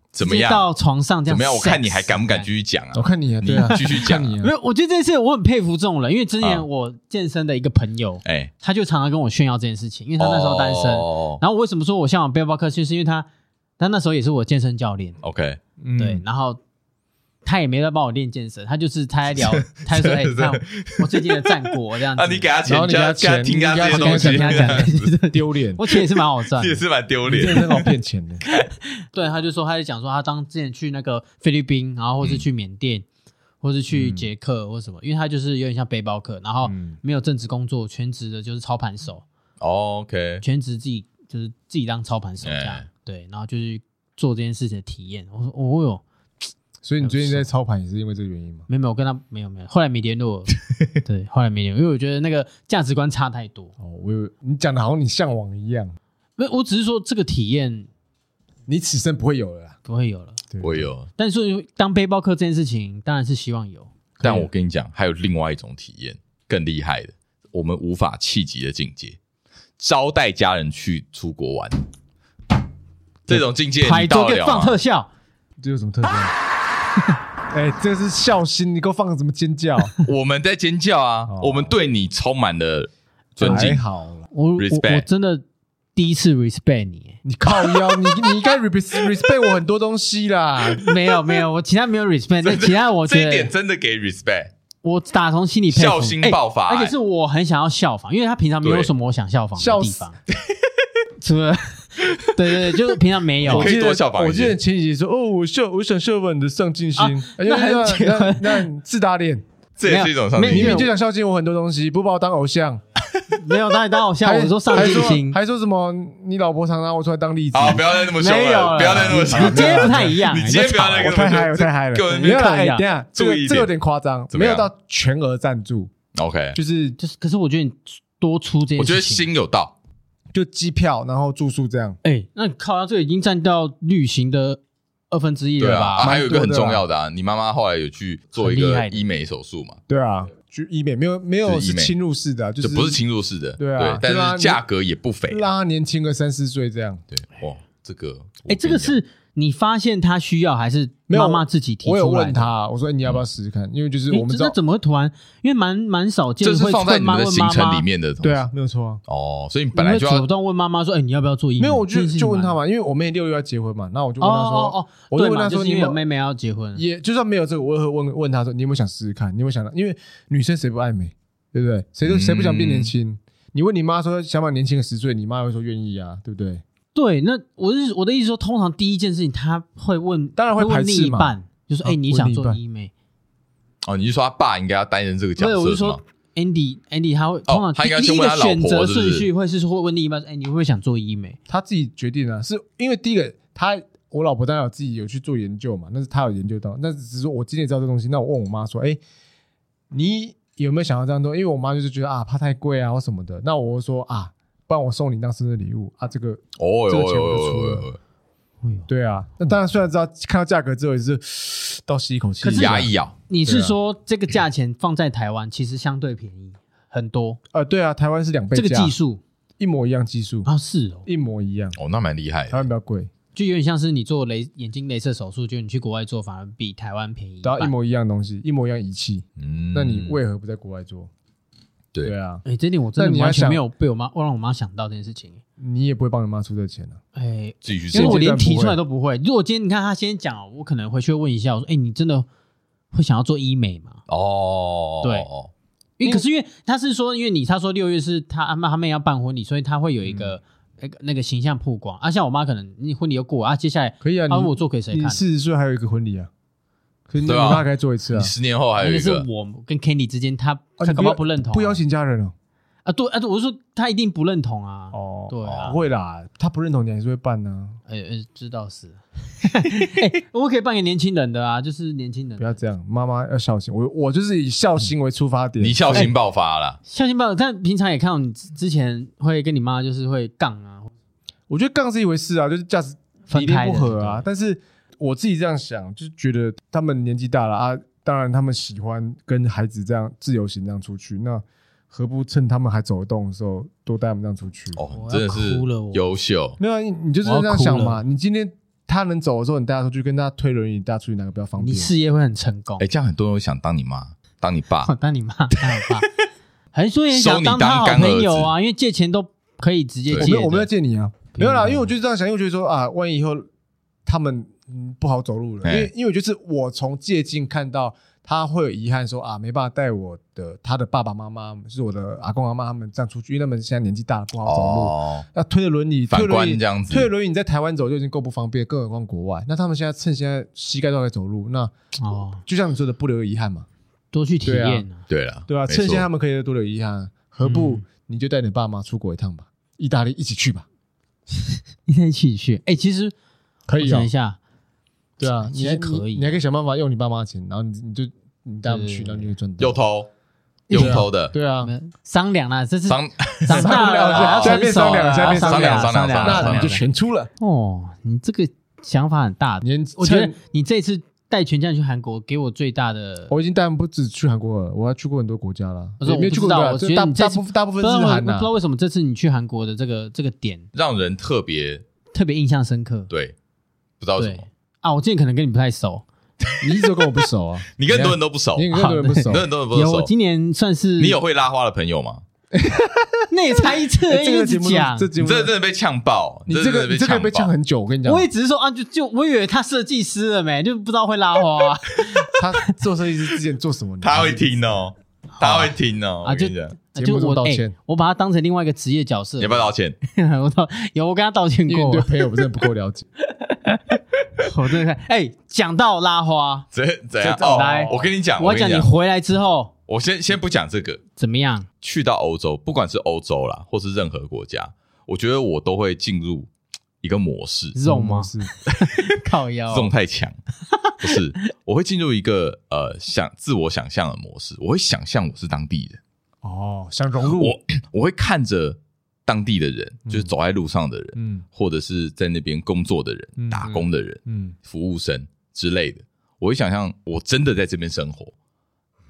S2: 怎么样
S3: 直接到床上这
S2: 怎
S3: 样，
S2: 么样？我看你还敢不敢继？续讲啊？
S1: 我看你啊，
S2: 你
S1: 对啊，
S2: 继续讲
S1: 看你
S3: 没
S1: 啊，
S3: 有，我觉得这件事我很佩服这种人，因为之
S2: 啊
S3: 前我健身的一个朋友，
S2: 哎，
S3: 他就常常跟我炫耀这件事情，因为他那时候单身。
S2: 哦
S3: 然后我为什么说我向往背包客，就是因为他，他那时候也是我健身教练，
S2: OK，
S1: 嗯
S3: 对，，然后他也没在帮我练健身，他就是他 在聊，他就说：“哎，你看我最近的战果这样子。”
S2: 那啊你给他
S1: 然后
S2: 钱，
S1: 你
S2: 叫他
S1: 给他
S2: 叫他
S1: 钱
S2: 听他这
S1: 你给
S2: 些
S1: 他
S2: 东西
S1: 钱，
S3: 他讲，
S1: 丢脸，
S3: 我钱也是蛮好赚
S2: 也
S3: 的。
S2: 是蛮丢
S1: 你
S2: 脸
S1: 真的。很好骗钱的。
S3: 对，他就说，他就讲说，他当之前去那个菲律宾，然后或
S2: 嗯
S3: 是去缅甸，或是去捷克或什么，因为他就是有点像背包客，然后
S1: 嗯
S3: 没有正职工作，全职的就是操盘手，
S2: 哦 OK，
S3: 全职自己就是自己当操盘手这样
S2: 哎，
S3: 对，然后就是做这件事情的体验。我说，哦哟，
S1: 所以你最近在操盘也是因为这个原因吗？
S3: 没有没有，我跟他没有没有，后来没联 络了，对，后来没联络，因为我觉得那个价值观差太多。
S1: 哦，我以为你讲的好像你向往一样，
S3: 没有，我只是说这个体验
S1: 你此生不会有了啦。
S3: 不会有了。
S1: 对
S2: 我，有，
S3: 但是当背包客这件事情，当然是希望有。
S2: 但我跟你讲，还有另外一种体验更厉害的，我们无法企及的境界，招待家人去出国玩，这种境界
S3: 拍
S2: 你
S3: 桌
S2: 到得
S3: 给
S2: 了啊
S3: 放
S2: 吗
S3: 特？效，
S1: 这有什么特征？ 哎，这是孝心，你给我放什么尖叫？
S2: 我们在尖叫啊
S1: 哦，
S2: 我们对你充满了 尊
S1: 还
S2: 敬。
S1: 好啦，，
S3: 我我
S2: Respect
S3: 我真的第一次 respect 你
S1: 你靠腰，你你应该 respect respect 我很多东西啦。
S3: 没有没有，我其他没有 respect，那其他我
S2: 这一
S3: 觉
S2: 点
S3: 得
S2: 真的给 respect。
S3: 我打从心里佩服
S2: 孝心爆发
S3: 哎而
S2: 哎
S3: 且是我很想要效仿，因为他平常没有
S2: 对
S3: 什么我想效仿的
S1: 笑
S3: 地
S1: 死
S3: 方，除了对对对，就是平常没有
S1: 我
S2: 可以
S1: 记得
S2: 多效仿一
S1: 我记
S2: 些
S1: 得前几集说，哦，我效我想效仿你的上进心
S3: 啊，
S1: 哎
S3: 那很
S1: 那
S3: 奇怪
S1: 那那你自打脸，
S2: 这也是一种上
S3: 没
S2: 进
S1: 你
S3: 有
S2: 心
S1: 明明
S3: 没有
S1: 就想孝敬我很多东西，不把我当偶像，
S3: 没有，那你当我笑，
S1: 还
S3: 我说上进心，
S1: 还说还说什么？你老婆常拿我出来当例子，
S2: 好，不要再那么凶
S3: 没有
S2: 了，
S3: 啦
S2: 不要再那么凶了。
S3: 你今天不太一样，
S2: 你今天不要那
S1: 我
S2: 个
S1: 太嗨，我太嗨了
S2: 给我，
S1: 没有啦，
S3: 看
S1: 哎
S3: 一下
S1: 等一下，这个
S2: 注意一点
S1: 这个有点夸张，
S2: 怎么
S1: 没
S2: 样
S1: 有到全额赞助，
S2: OK，
S1: 就是
S3: 就是，可是我觉得你多出这些，
S2: 我觉得，心有到，
S1: 就机票，然后住宿这样。
S3: 哎、那靠，这个已经占掉旅行的二分之一
S2: 对
S3: 了
S2: 啊，啊
S3: 吧？
S2: 还有一个很
S1: 蛮多的
S2: 重要的啊，你妈妈后来有去做一
S3: 很厉
S2: 个
S3: 害的
S2: 医美手术嘛，
S1: 对啊，就医美没有没有
S2: 就是
S1: 是
S2: 医美
S1: 侵入式的啊，就
S2: 就是不是侵入式的，
S1: 对啊
S2: 但
S1: 对啊
S2: 是
S1: 你
S2: 价格也不菲，
S1: 让他年轻个三四岁这样。
S2: 对，哇，这个我
S3: 哎、这
S2: 跟
S3: 个
S2: 你讲
S3: 是你发现他需要还是
S1: 没有
S3: 妈妈自己提出
S1: 我
S3: 来的？
S1: 有问他，我说哎你要
S2: 嗯
S1: 不要试试看？因为就是我
S3: 哎
S1: 们知
S3: 这
S1: 道
S3: 那，怎么会突然？因为蛮蛮少见
S2: 这
S3: 的
S2: 是
S3: 会
S2: 放在你们的行程里
S3: 面。
S2: 面的，
S1: 对，啊，没有错
S3: 嗯
S1: 啊。
S2: 哦，所以你
S3: 你
S2: 本来
S3: 会
S2: 就要
S3: 主动问妈妈说：“哎、你要不要做医美？”
S1: 没有，我就
S3: 这件事情
S1: 就问他
S3: 蛮。
S1: 嘛，因为我妹六月要结婚嘛，那我就
S3: 哦
S1: 问他
S3: 哦
S1: 说，
S3: 哦，
S1: 我就
S3: 对
S1: 问
S3: 嘛，
S1: 他
S3: 就
S1: 说
S3: 是
S1: 你
S3: 因为有
S1: 有没
S3: 妹妹要结婚，
S1: 也就算没有这个，我也会问问他说，你有没有想试试看？你有没有想到？因为女生谁不爱美，对不对？谁
S3: 嗯
S1: 都谁不想变年轻？你问你妈说想把年轻个十岁，你妈会说愿意啊，对不对？
S3: 对，那我是我的意思说，通常第一件事情他会问，
S1: 当然会
S3: 会
S1: 排
S3: 问
S1: 斥
S3: 另一
S1: 嘛
S3: 半，就是
S1: 啊
S3: 哎、你
S1: 问
S3: 想
S1: 另一
S3: 做
S1: 半
S3: 医美？
S2: 哦，你是说他爸应该要担任这个角
S3: 对，我
S2: 色
S3: 是
S2: 是
S3: 说
S2: 吗？哦
S3: Andy Andy 他会通常
S2: 他应该
S3: 第
S2: 先
S3: 第一
S2: 问
S3: 个
S2: 他老婆
S3: 选择
S2: 是不
S3: 顺
S2: 是
S3: 序会是说会问另一半说：“哎，你会不会想做医美
S1: 她自己决定啊，是因为第一个她。我老婆当然有自己有去做研究嘛，那是她有研究到，那只是说我今天也知道这东西，那我问我妈说，哎、你有没有想要这样做？因为我妈就是觉得啊，怕太贵啊或什么的，那我就说啊，不然我送你当生日礼物啊，这个
S2: 哦哟
S1: 这个
S2: 哦
S1: 钱
S2: 哟
S1: 我就
S2: 哦
S1: 出
S2: 哟
S1: 了
S2: 哦哟，？”
S1: 对啊，那当然虽然知道看到价格之后也是 倒吸一口气，
S3: 可是
S2: 牙一咬，
S3: 你是
S1: 对啊
S3: 说这个价钱放在台湾其实相对便宜很多？
S1: 呃，对啊，台湾是两倍
S3: 这个
S1: 价
S3: 技术
S1: 一模一样技术，
S3: 啊，是哦，
S1: 一模一样，
S2: 哦，那蛮厉害
S1: 台
S2: 的，
S1: 湾比较贵，
S3: 就有点像是你做雷眼睛镭射手术，就你去国外做反而比台湾便宜一
S1: 然后一
S3: 半。
S1: 模一样东西，一模一样仪器，
S2: 嗯，
S1: 那你为何不在国外做？
S2: 对
S1: 对啊，
S3: 哎，这点我真
S1: 但你
S3: 的
S1: 要
S3: 完全
S1: 想
S3: 没有被我妈我让我妈想到这件事情。
S1: 你也不会帮你妈出这钱啊。
S3: 哎，
S2: 自己去做
S3: 因为我
S1: 阶
S3: 连
S1: 段不
S3: 提
S1: 会
S3: 出来都不会。如果今天你看他先讲哦，我可能回去会问一下，我说：“哎，你真的会想要做医美吗？”
S2: 哦，
S3: 对
S2: 哦
S3: 因
S1: 因
S3: 为
S1: 为
S3: 可是因为他是说，因为你他说六月是他阿妈他妹要办婚礼，所以他会有一
S1: 嗯
S3: 个那个、那个形象曝光啊。像我妈可能你婚礼又过啊，接下来
S1: 可以啊，
S3: 她问我
S1: 你
S3: 做给谁
S1: 你
S3: 看？
S1: 四十岁还有一个婚礼啊，可是你
S2: 对啊
S1: 妈该做一次啊
S2: 你，十年后还
S3: 那
S2: 有
S3: 个
S2: 一
S3: 是
S2: 个，
S3: 我跟 Candy 之间，他
S1: 啊
S3: 他
S1: 你不
S3: 搞不好
S1: 要
S3: 不认同啊、
S1: 不邀请家人哦。
S3: 啊？对啊，对我是说他一定不认同啊。
S1: 哦
S3: 对啊
S1: 不会啦，他不认同你还是会办啊呢，
S3: 呃呃，知道是。 哎我可以扮给年轻人的啊，就是年轻人
S1: 不要这样，妈妈要孝心。我我就是以孝心为出发点，
S2: 你孝心爆发了，
S3: 孝心报，但平常也看到你之之前会跟你妈就是会杠啊，
S1: 我觉得杠是一回事啊，就是价值
S3: 分
S1: 理念
S3: 开
S1: 不
S3: 的
S1: 合啊
S3: 对。
S1: 但是我自己这样想，就是觉得他们年纪大了啊，当然他们喜欢跟孩子这样自由行这样出去，那何不趁他们还走得动的时候，多带他们这样出去？
S2: 哦，
S3: 哎我要
S2: 真的是
S3: 哭了我
S2: 优秀，
S1: 没有啊，你你就是这样想嘛。你今天他能走的时候，你带他出去，跟他推轮椅，带他出去哪个比较方
S3: 你
S1: 便？
S3: 事业会很成功。
S2: 哎，这样很多人会想当你妈，当你爸
S3: 我，哦当你妈，当我爸，很多人想当他好朋友啊，因为借钱都可以直接
S2: 对
S1: 我
S3: 借
S1: 没
S3: 的。
S1: 有，我没有借你啊，
S3: 不
S1: 没
S3: 用
S1: 有啦，
S3: 了
S1: 因为我就是这样想，因为我觉得说啊，万一以后他们嗯不好走路了，
S2: 哎
S1: 因为因为就是我从借镜看到他会有遗憾说啊，没办法带我的他的爸爸妈妈，就是我的阿公阿妈他们这样出去，因为他们现在年纪大了不好走路，
S2: 哦，
S1: 那推着轮椅，
S2: 反
S1: 推着轮椅
S2: 观这样子
S1: 推着轮椅你在台湾走就已经够不方便，更何况国外。那他们现在趁现在膝盖都还在走路，那
S3: 哦，
S1: 就像你说的，不留遗憾嘛。
S3: 多去体验啊。
S2: 对了，
S1: 对啊，
S2: 没
S1: 趁现在
S2: 错
S1: 他们可以多留遗憾，啊何不
S3: 嗯
S1: 你就带你爸妈出国一趟吧，意大利一起去吧，
S3: 一起去。哎，其实
S1: 可
S3: 我
S1: 以啊
S3: 想一，下，
S1: 对啊，
S3: 其
S1: 你
S3: 实
S1: 还
S3: 可以
S1: 你，你还可以想办法用你爸妈的钱，然后你你就你带他们去，
S3: 对
S1: 然后你就赚到。
S2: 又偷又偷的，
S1: 对啊，
S3: 商量啦，这是
S2: 商
S3: 长大了啊，
S1: 商量
S3: 成熟
S1: 商量
S3: 了
S1: 商量
S3: 商
S2: 商
S3: 商
S2: 量商
S3: 量，
S1: 那你
S2: 量
S1: 就全出了。
S3: 哦，你这个想法很大。
S1: 年
S3: 我觉得
S1: 趁
S3: 你这次带全家去韩国，给我最大的。
S1: 我已经带他们不止去韩国了，我还去过很多国家了，
S3: 我说
S1: 也没有去过
S3: 我不知道
S1: 很多
S3: 我
S1: 国家就
S3: 觉得
S1: 大
S3: 你这
S1: 大
S3: 次
S1: 部大部
S3: 不
S1: 分
S3: 知道
S1: 是
S3: 为我
S1: 韩
S3: 不
S1: 呐
S3: 知。道为什么这次你去韩国的这个这个点
S2: 让人特别
S3: 特别印象深刻。
S2: 对，不知道为什
S3: 对
S2: 么，
S3: 啊，我之前可能跟你不太熟，
S1: 你一直都跟我不熟 啊，
S2: 你跟很多人都不熟，
S1: 你
S2: 你
S1: 跟很多人不熟
S2: 跟，很多人不
S3: 有我
S2: 熟，
S3: 今年算是
S2: 你有会拉花的朋友吗？
S3: 那也才一次而
S1: 哎
S3: 已，
S1: 这个
S3: 一直
S1: 节目
S3: 讲
S1: 这。节
S2: 你
S1: 目
S2: 这真的被呛爆，
S1: 你这
S2: 真
S1: 个
S2: 的
S1: 你这个被呛
S2: 爆
S1: 很久，我跟你讲
S3: 我，也只是说啊，就就我以为他设计师了没，就不知道会拉 花啊
S1: 他做设计师之前做什么？你
S2: 他会听哦，他会听哦。
S3: 啊
S2: 我跟
S3: 就
S2: 你讲，
S1: 节
S3: 就
S1: 目中
S3: 我
S1: 道
S3: 哎
S1: 歉
S3: 我把他当成另外一个职业角色
S2: 你要，不要道歉？
S3: 我道有我跟他道歉
S1: 因为你
S3: 过
S1: 对，朋友真的不够了解。
S3: 我真的看，哎，讲到拉花，
S2: 怎怎样？
S1: 这
S2: 哦
S3: 来，
S2: 我跟你讲，
S3: 我
S2: 我
S3: 要
S2: 跟
S3: 讲
S2: 你
S3: 你回来之后
S2: 我先先不讲这个，
S3: 怎么 样？
S2: 去到欧洲，不管是欧洲啦，或是任何国家，我觉得我都会进入一个模式，这
S3: 肉吗？
S1: 是
S3: 靠腰，
S2: 种太强，不是，我会进入一个呃想自我想象的模式，我会想象我是当地人，
S1: 哦，想融入，
S2: 我我会看着当地的人，就是走在路上的人，
S1: 嗯
S2: 或者是在那边工作的人、
S1: 嗯
S2: 打工的人、
S1: 嗯
S2: 服务生之类的，我会想象我真的在这边生活，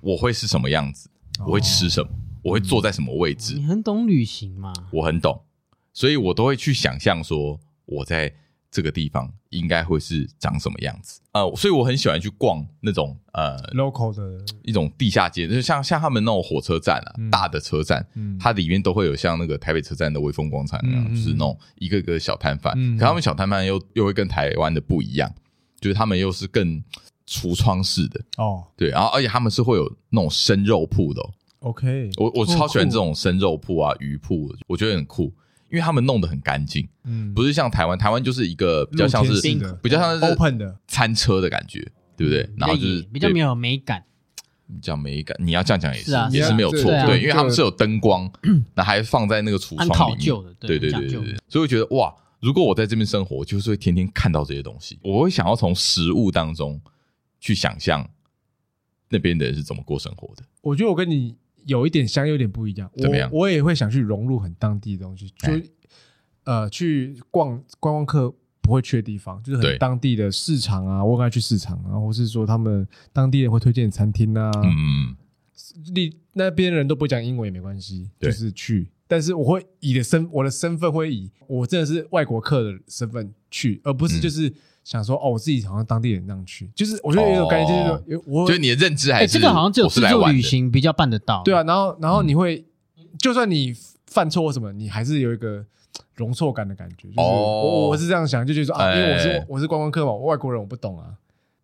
S2: 我会是什么样子，我会吃什么，我会坐在什么位置，
S3: 你很懂旅行嘛？
S2: 我很懂，所以我都会去想象说我在这个地方应该会是长什么样子。呃，所以我很喜欢去逛那种呃
S1: ，local 的，
S2: 一种地下街，就是像像他们那种火车站啊，
S1: 嗯
S2: 大的车站。
S1: 嗯，
S2: 它里面都会有像那个台北车站的威风广场那样，
S1: 嗯嗯
S2: 就是那种一个个小摊贩。
S1: 嗯
S2: 可他们小摊贩又又会跟台湾的不一样，就是他们又是更橱窗式的，
S1: 哦
S2: 对。然后而且他们是会有那种生肉铺的、哦，
S1: ，OK，
S2: 我我超喜欢这
S3: 酷
S2: 种生肉铺啊、鱼铺，我觉得很酷，因为他们弄得很干净，
S1: 嗯，
S2: 不
S1: 是
S2: 是像台湾，台湾就是一个比较像是
S3: 露天式
S1: 的
S2: 比较像是
S1: open 嗯的，
S2: 餐车的感觉，对不对？然后就是
S3: 比较没有美感，
S2: 对讲美感，你要这样讲也
S3: 是
S2: 是
S3: 啊
S2: 也是没有错，
S3: 对啊
S2: 对，因为他们是有灯光，那还放在那个橱
S3: 很
S2: 窗
S3: 考
S2: 里
S3: 究
S2: 面，
S3: 的，
S2: 对对
S3: 很
S2: 对
S3: 讲
S2: 对
S3: 究的哎
S2: 对，所以我觉得哇，如果我在这边生活，我就是会天天看到这些东西，我会想要从食物当中去想象那边的人是怎么过生活的。
S1: 我觉得我跟你有一点像，有点不一样。
S2: 怎么样
S1: 我我也会想去融入很当地的东西，就、
S2: 哎
S1: 呃去逛观光客不会去的地方，就是
S2: 对
S1: 很当地的市场啊，我很爱去市场啊，或是说他们当地人会推荐的餐厅啊，
S2: 嗯，
S1: 你、那边人都不讲英文也没关系，
S2: 对
S1: 就是去。但是我会以的身，我的身份会以我真的是外国客的身份去，而不是
S2: 嗯
S1: 就是想说、哦，我自己好像当地人那样去，就是我觉得有一种感觉，
S2: 哦
S1: 就是有我
S2: 就是你的认知还
S3: 哎，
S2: 是
S3: 这个好像只有
S2: 我是
S3: 自
S2: 来
S3: 助
S2: 玩
S3: 旅
S2: 的。
S3: 行比较办得到。
S1: 对啊，，然后然后
S2: 嗯
S1: 你会，就算你犯错或什么，你还是有一个容错感的感觉。就是
S2: 哦
S1: 我我是这样想，就觉得说啊，因为我
S2: 哎
S1: 是我是观光客嘛，我外国人我不懂啊。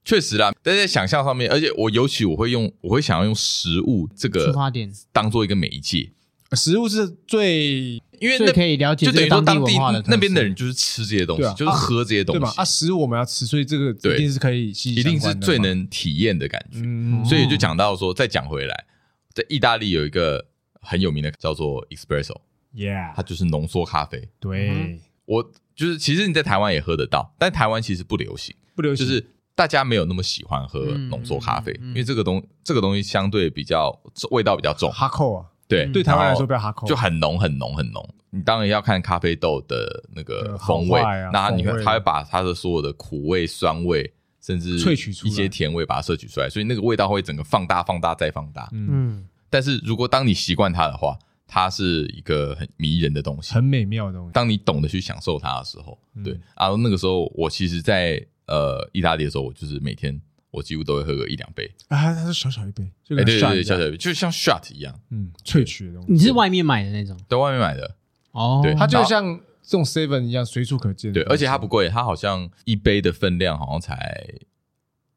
S2: 确实啦，但在想象上面，而且我尤其我会用，我会想要用食物这
S3: 出
S2: 个
S3: 发点
S2: 当做一个媒介，
S1: 啊食物是最
S2: 因为
S3: 所以
S2: 那
S3: 可以了解
S2: 就等于
S3: 这
S2: 说
S3: 个当
S2: 当
S3: 文化的特色
S2: 那边的人就是吃这些东西，
S1: 对啊
S2: 就是喝这些东
S1: 对吧？
S2: 西，
S1: 啊，食物我们要吃，所以这个
S2: 对
S1: 一定是可以息息
S2: 一定是
S1: 相关的
S2: 最
S1: 嘛
S2: 能体验的感觉。
S1: 嗯，
S2: 所以就讲到说，再讲回来，在意大利有一个很有名的叫做 espresso，
S1: ，Yeah，
S2: 它就是浓缩咖啡。
S1: 嗯对，
S2: 我就是其实你在台湾也喝得到，但台湾其实不流行。
S1: 不流
S2: 就
S1: 行
S2: 是大家没有那么喜欢喝
S3: 嗯
S2: 浓缩咖啡，
S3: 嗯嗯
S2: 因为这个东这个东西相对比较味道比较重，
S1: 哈扣啊，
S2: 对，
S1: 对台湾来说比
S2: 然
S1: 较哈
S2: 后
S1: 扣，
S2: 嗯就很浓很浓很浓。你当然要看咖啡豆的那个
S1: 呃
S2: 风味，
S1: 好坏啊
S2: 那你
S1: 风
S2: 会
S1: 味
S2: 它会把它的所有的苦味、酸味，甚至
S1: 萃取出
S2: 一
S1: 来
S2: 些甜味，把它摄取出来，所以那个味道会整个放大、放大再放大。
S1: 嗯，
S3: 嗯，
S2: 但是如果当你习惯它的话，它是一个很迷人的东西，
S1: 很美妙的东西。
S2: 当你懂得去享受它的时候，
S1: 嗯
S2: 对啊，那个时候我其实在，呃意大利的时候，我就是每天我几乎都会喝个一两杯，
S1: 啊，它是小小一杯，就
S2: 哎、
S1: 跟
S2: 对对
S1: shot
S2: 对，
S1: 一样
S2: 小小，杯，就像 shot 一样，
S1: 嗯，萃取的东西，
S3: 你是外面买的那种
S2: 在外面买的，
S3: 哦，
S2: 对
S1: 它就
S2: 然后
S1: 像这种 seven 一样随处可见的
S2: 对，
S1: 东西。
S2: 而且它不贵，它好像一杯的分量好像才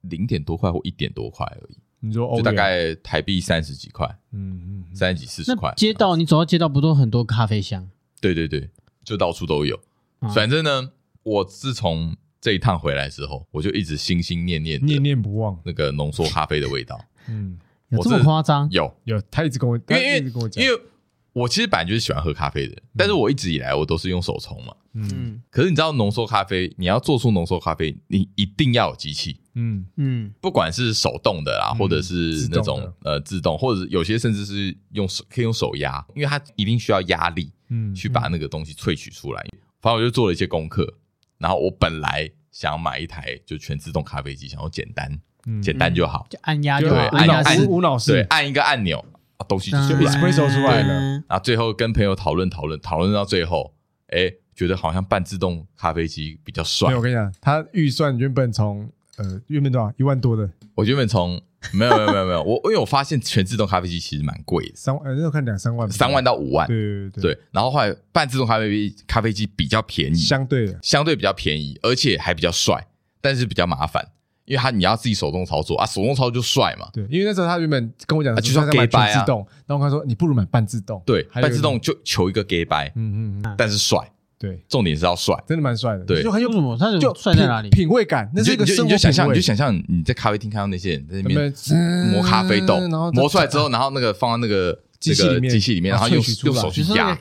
S2: 零点多块或一点多块而已，
S1: 你说欧
S2: 就大
S1: 元
S2: 概台币三十几块，
S1: 嗯嗯嗯
S2: 三十几四十块
S3: 那，街道你走到街道不都很多咖啡香？
S2: 对对对，就到处都有。
S3: 嗯
S2: 反正呢，我自从这一趟回来之后，我就一直心心念念
S1: 念
S2: 的
S1: 念不忘。
S2: 那个浓缩咖啡的味道，
S1: 嗯，
S3: 有
S2: 我
S3: 这么
S2: 这
S3: 夸张？
S2: 有。
S1: 有，他一直跟我，
S2: 因
S1: 他
S2: 为
S1: 嗯一
S2: 因
S1: 直跟
S2: 为
S1: 我讲，
S2: 因为我其实本来就是喜欢喝咖啡的人，但是我一直以来我都是用手冲嘛。
S1: 嗯
S3: 嗯
S2: 可是你知道浓缩咖啡，你要做出浓缩咖啡，你一定要有机器，
S1: 嗯
S3: 嗯，
S2: 不管是手动的啦，
S1: 嗯
S2: 或者是那种
S1: 自动
S2: 呃自动，或者有些甚至是用手可以用手压，因为它一定需要压力
S1: 嗯，
S2: 去把那个东西萃取出来。反正我就做了一些功课，然后我本来想买一台就全自动咖啡机，想要简单
S1: 嗯
S2: 简单就好，
S3: 就按压
S1: 就
S3: 就
S2: 对
S3: 好，嗯
S1: 无
S2: 按
S3: 压
S1: 脑
S2: 按
S1: 式
S3: 是
S1: 无脑
S2: 对，
S1: 式，
S2: 按一个按钮，啊东西就出
S1: 就
S2: 来了。
S1: espresso 出来了。
S2: 然后最后跟朋友讨论讨论，讨论到最后，哎，觉得好像半自动咖啡机比较
S1: 没
S2: 帅
S1: 有，我。跟你讲，他预算原本从呃原本多少一万多的
S2: 我原本从没有没有没有没有，我因为我发现全自动咖啡机其实蛮贵的，
S1: 三呃那时候看两三万吧，
S2: 三万到五万，
S1: 对对对
S2: 对。嗯然后后来半自动咖啡机咖啡机比较便宜，
S1: 相对的，
S2: 相对比较便宜，而且还比较帅，但是比较麻烦，因为它你要自己手动操作啊，手动操作就帅嘛。
S1: 对，因为那时候他原本跟我讲
S2: 啊
S1: 说
S2: 就像
S1: 他要买
S2: gay bye 啊
S1: 全自动，然后我跟他说你不如买半自动，
S2: 对，
S1: 还有
S2: 半自动就求一个 gay 白，
S1: 嗯嗯嗯
S2: 但是帅，
S1: 对，
S2: 重点是要帅。
S1: 真的蛮帅的，
S2: 对
S1: 就很有
S3: 为什么哦他
S1: 就
S3: 就帅在哪里？
S1: 品品味感，那
S2: 你就
S1: 是一个
S2: 你就
S1: 生
S2: 你
S1: 活
S2: 就想
S1: 品
S2: 象，
S1: 味
S2: 你就想象你在咖啡厅看到那些人在那边
S1: 嗯
S2: 磨咖啡豆，
S1: 然后
S2: 磨出来之后，然后那个放到那个
S1: 机器
S2: 那个
S1: 里面
S2: 机器里面，然后用
S1: 然后萃取出来
S2: 用手去
S3: 你说那
S2: 压
S3: 个，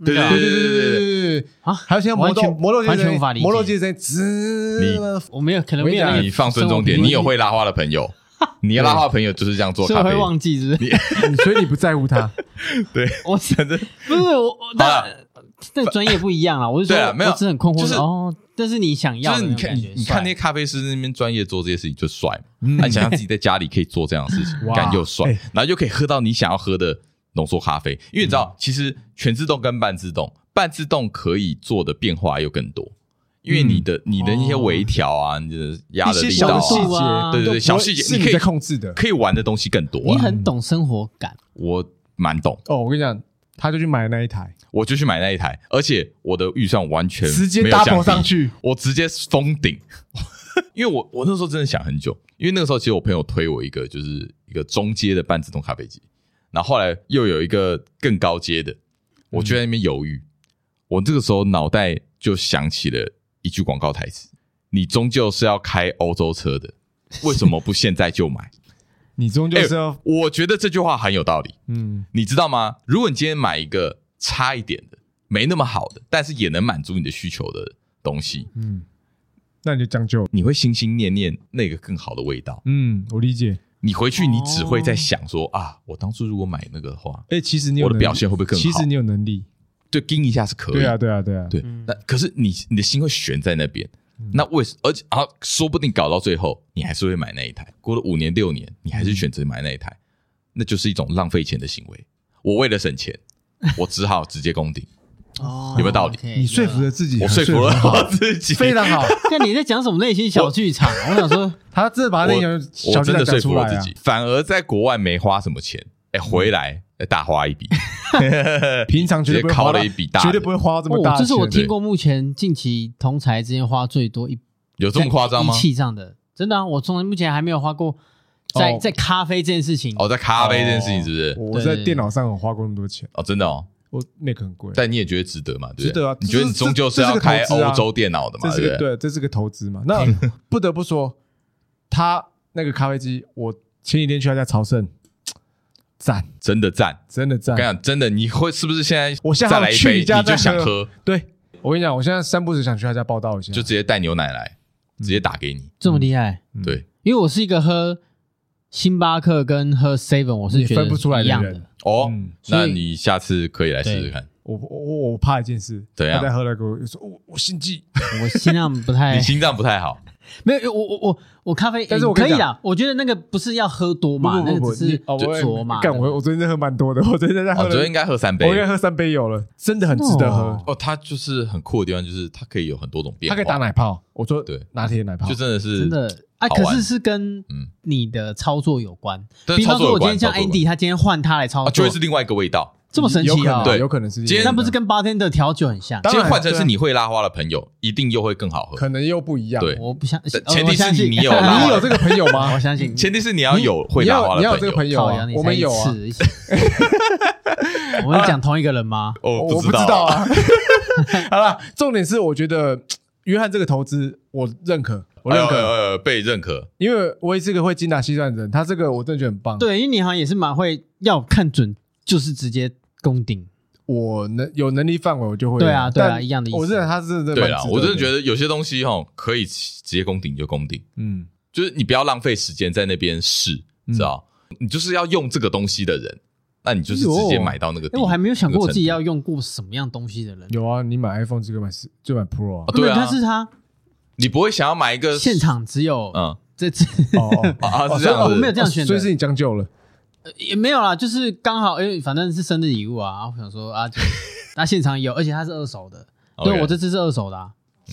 S3: 嗯
S2: 对
S3: 那个
S1: 对
S2: 对
S1: 对对对对对对对
S3: 啊
S1: 还有现在磨豆
S3: 完全
S1: 磨豆机的
S3: 完
S1: 声
S3: 全
S1: 音
S3: 无法理解
S1: 磨豆机的声音滋，
S3: 我没有，可能没有那个
S2: 你放尊重点，
S3: 生活
S2: 你有会拉花的朋友，你的拉花朋友就是这样做
S3: 所以
S2: 咖
S3: 我
S2: 啡
S3: 会。忘记，是不是？
S1: 你所以你不在乎 它，
S2: 对，
S3: 我是
S2: 反正
S3: 不是我，我
S2: 好
S3: 但这个专业不一样啦。我是说，
S2: 对啊没有
S3: 我只是很困惑
S2: 就是
S3: 说哦，但是你想
S2: 就
S3: 要
S2: 是
S3: 的
S2: 你
S3: 那种
S2: 看
S3: 感
S2: 你
S3: 觉，
S2: 你看那
S3: 帅
S2: 些
S3: 嗯
S2: 咖啡师那边专业做这些事情就帅嘛，那你想象自己在家里可以做这样的事情，
S1: 哇
S2: 干又帅
S1: 哎，
S2: 然后又可以喝到你想要喝的浓缩咖啡，因为你知
S3: 嗯
S2: 道，其实全自动跟半自动，半自动可以做的变化又更多，因为你
S3: 嗯
S2: 的你的那些
S3: 哦
S2: 微调啊，你的压
S1: 一
S2: 的
S1: 些
S2: 力
S1: 小
S2: 道
S1: 的
S2: 啊
S1: 细
S3: 力道
S1: 节
S3: 啊，
S2: 对对对
S1: 都不会
S2: 小细节
S1: 是
S2: 你
S1: 你
S2: 可以
S1: 在控制的。
S2: 可以玩的东西更多
S3: 你
S2: 啊，
S3: 很懂生活感，
S2: 我蛮懂，
S1: 哦，我跟你讲，他就去买那一台，
S2: 我就去买那一台，而且我的预算完全
S1: 直接
S2: 没有降
S1: double
S2: 低
S1: 上去，
S2: 我直接封顶，因为我我那时候真的想很久，因为那个时候其实我朋友推我一个就是一个中阶的半自动咖啡机，然后后来又有一个更高阶的，我就在那边犹豫。我这个时候脑袋就想起了一句广告台词：“你终究是要开欧洲车的，为什么不现在就买
S1: 你终
S2: 哎
S1: 究是要？”
S2: 我觉得这句话很有道理。
S1: 嗯
S2: 你知道吗？如果你今天买一个差一点的、没那么好的，但是也能满足你的需求的东西，
S1: 嗯，那你就将就。
S2: 你会心心念念那个更好的味道。
S1: 嗯，我理解。
S2: 你回去，你只会在想说、
S1: 哦
S2: 啊，我当初如果买那个的话，
S1: 哎，其实你有
S2: 我的
S1: 能力
S2: 表现会不会更好
S1: 其实你有能力。
S2: 对，盯一下是可以。
S1: 对啊，对啊，对啊。
S2: 对
S3: 嗯
S2: 那可是你你的心会悬在那边。
S1: 嗯
S2: 那为什而且啊，说不定搞到最后，你还是会买那一台。过了五年六年，你还是选择买那一台，那就是一种浪费钱的行为。我为了省 钱，我只好直接攻顶。
S3: 哦
S2: 有没有道理
S1: 你说服了自己，
S2: 我说服
S1: 很
S2: 了
S1: 好
S2: 我自己，
S1: 非常好。
S3: 那你在讲什么内心小剧场？我想说，
S1: 他真的把那个
S2: 我
S1: 小
S2: 真的
S1: 剧
S2: 说服
S1: 场讲出
S2: 我
S1: 来
S2: 自
S1: 啊
S2: 己，反而在国外没花什么钱，哎，回来哎大花一笔，
S1: 平常绝对不会花
S2: 直接拷
S1: 到
S2: 了一笔大的
S1: 绝对不会花到这么大的，
S3: 哦
S1: 钱。
S3: 这是我听
S1: 过，
S3: 过目前近期同才之间花最多一
S2: 有 这么夸张吗
S3: 一？气上的，真的啊！我从来目前还没有花过在
S1: 哦
S3: 在咖啡这件事情。
S2: 哦，在咖啡这件事情是不是？
S1: 我在电脑上有花过那么多钱，
S2: 哦，真的哦，
S1: 我那个很贵，
S2: 但你也觉得值得嘛？对不对
S1: 值得啊
S2: 你觉得你终究是要开
S1: 这是个投资啊
S2: 欧洲电脑的
S1: 这
S2: 嘛？
S1: 是
S2: 对
S1: 个
S2: 不对？
S1: 对，这是个投资嘛。 那不得不说，他那个咖啡机，我前几天去他家朝圣，赞，
S2: 真的赞！
S1: 真的
S2: 我跟你
S1: 赞。
S2: 讲，真的，你会是不是现在
S1: 我现在
S2: 再来一
S1: 还要去
S2: 杯
S1: 你家
S2: 你就
S1: 再
S2: 想
S1: 喝
S2: 喝，
S1: 对我跟你讲，我现在三不时想去他家报道一下，
S2: 就直接带牛奶来，直接打给你。
S3: 这么厉害，
S1: 嗯
S2: 对，
S3: 因为我是一个喝星巴克跟喝 Seven，我是
S1: 你
S3: 觉得
S1: 分不出来
S3: 一样
S1: 人
S3: 的。。
S2: 哦
S1: 嗯，
S2: 那
S3: 所以
S2: 你下次可以来试试看。
S1: 我我我我怕一件事，
S2: 怎样
S1: 他在喝了给我说，我我心悸，
S3: 我心脏不 太
S1: 哎
S2: 你心脏不太好，
S3: 没有，我我我我咖啡，
S1: 但是
S3: 诶
S1: 我跟
S3: 可
S1: 你
S3: 以
S1: 讲
S3: 啦。我觉得那个不是要喝多嘛，
S1: 不不不
S3: 那
S1: 不
S3: 个只是
S1: 你哦我也
S3: 酌嘛。
S1: 干我我昨天真的喝蛮多的，我昨天在家喝
S2: 哦，
S1: 了，
S2: 昨天应该喝三杯
S1: 我。应该喝三杯有了，真的很值得喝。
S2: 哦，它就是很酷的地方，就是它可以有很多种变
S1: 他
S2: 化。
S1: 可以打奶泡，我说
S2: 对
S1: 拿铁奶泡
S2: 就，真的是
S3: 真的啊，
S2: 好玩
S3: 可是是跟
S2: 嗯
S3: 你的操作有关。
S2: 跟
S3: 比方
S2: 操作
S3: 说，
S2: 有
S3: 我今天
S2: 关
S3: 像
S2: 操作有关
S3: Andy，他今天换他来操
S1: 哦
S2: 啊，就
S3: 作
S2: 会，是另外一个味道。
S3: 这么神
S1: 有
S3: 奇
S1: 可
S3: 啊
S1: 能！
S2: 对
S1: 有可能是
S2: 今天
S3: 那不是跟 bartender 调酒很像？
S1: 当
S2: 今
S1: 然
S2: 天换成
S1: 对
S2: 是
S1: 啊
S2: 你会拉花的朋友，一定又会更好喝
S1: 可。能又不一样。
S2: 对
S3: 我不相信，
S2: 但前提是你有啦
S3: 啦，
S1: 你有这个朋友吗？
S3: 我相信
S2: 前提是 你要有会
S1: 你
S2: 拉
S1: 要
S2: 花
S1: 你要有
S2: 的
S1: 这个朋
S2: 友。
S1: 友
S3: 靠
S1: 啊
S3: 呀，，
S1: 我们有啊，
S3: 你才一次 我们讲同一个人吗？
S2: 哦，
S1: 我不知道啊。 好了，重点是我觉得约翰这个投资我认可，我认
S2: 哎呦
S1: 可，
S2: 哎呦哎呦被认可。
S1: 因为我也是个会精打细算的人，他这个我真的觉得很棒。，
S3: 对，因为你好像也是蛮会要看准，就是直接攻顶。
S1: 我能有能力范围我就会。
S3: 对啊对啊
S1: 但
S3: 一样的意思
S1: 我认为他是真的
S2: 对
S1: 蛮
S2: 啦
S1: 值，得
S2: 我真的
S1: 的
S2: 觉，得有些东西哈，可以直接攻顶就攻顶，
S1: 嗯，
S2: 就是你不要浪费时间在那边试，知道？
S1: 嗯
S2: 你就是要用这个东西的人，那你就是直接买到那个地。
S3: 哎，我还没有想过我自己
S2: 那
S3: 要用过什么样东西的人。
S1: 有啊，你买 iPhone 这个买十就买 Pro 啊
S2: 个程度。。对啊，
S3: 但是他
S2: 你不会想要买一个
S3: 现场只有
S2: 嗯
S3: 这次
S1: 哦 哦
S2: 啊啊
S1: 哦
S2: 是这样
S1: 所以
S2: 子，
S3: 我没有这样选择
S1: 所以是你将就了。
S3: 也没有啦，就是刚好，因为反正是生日礼物啊，我想说啊， 就那现场有，而且它是二手的，对
S2: OK
S3: 我这次是二手的啊，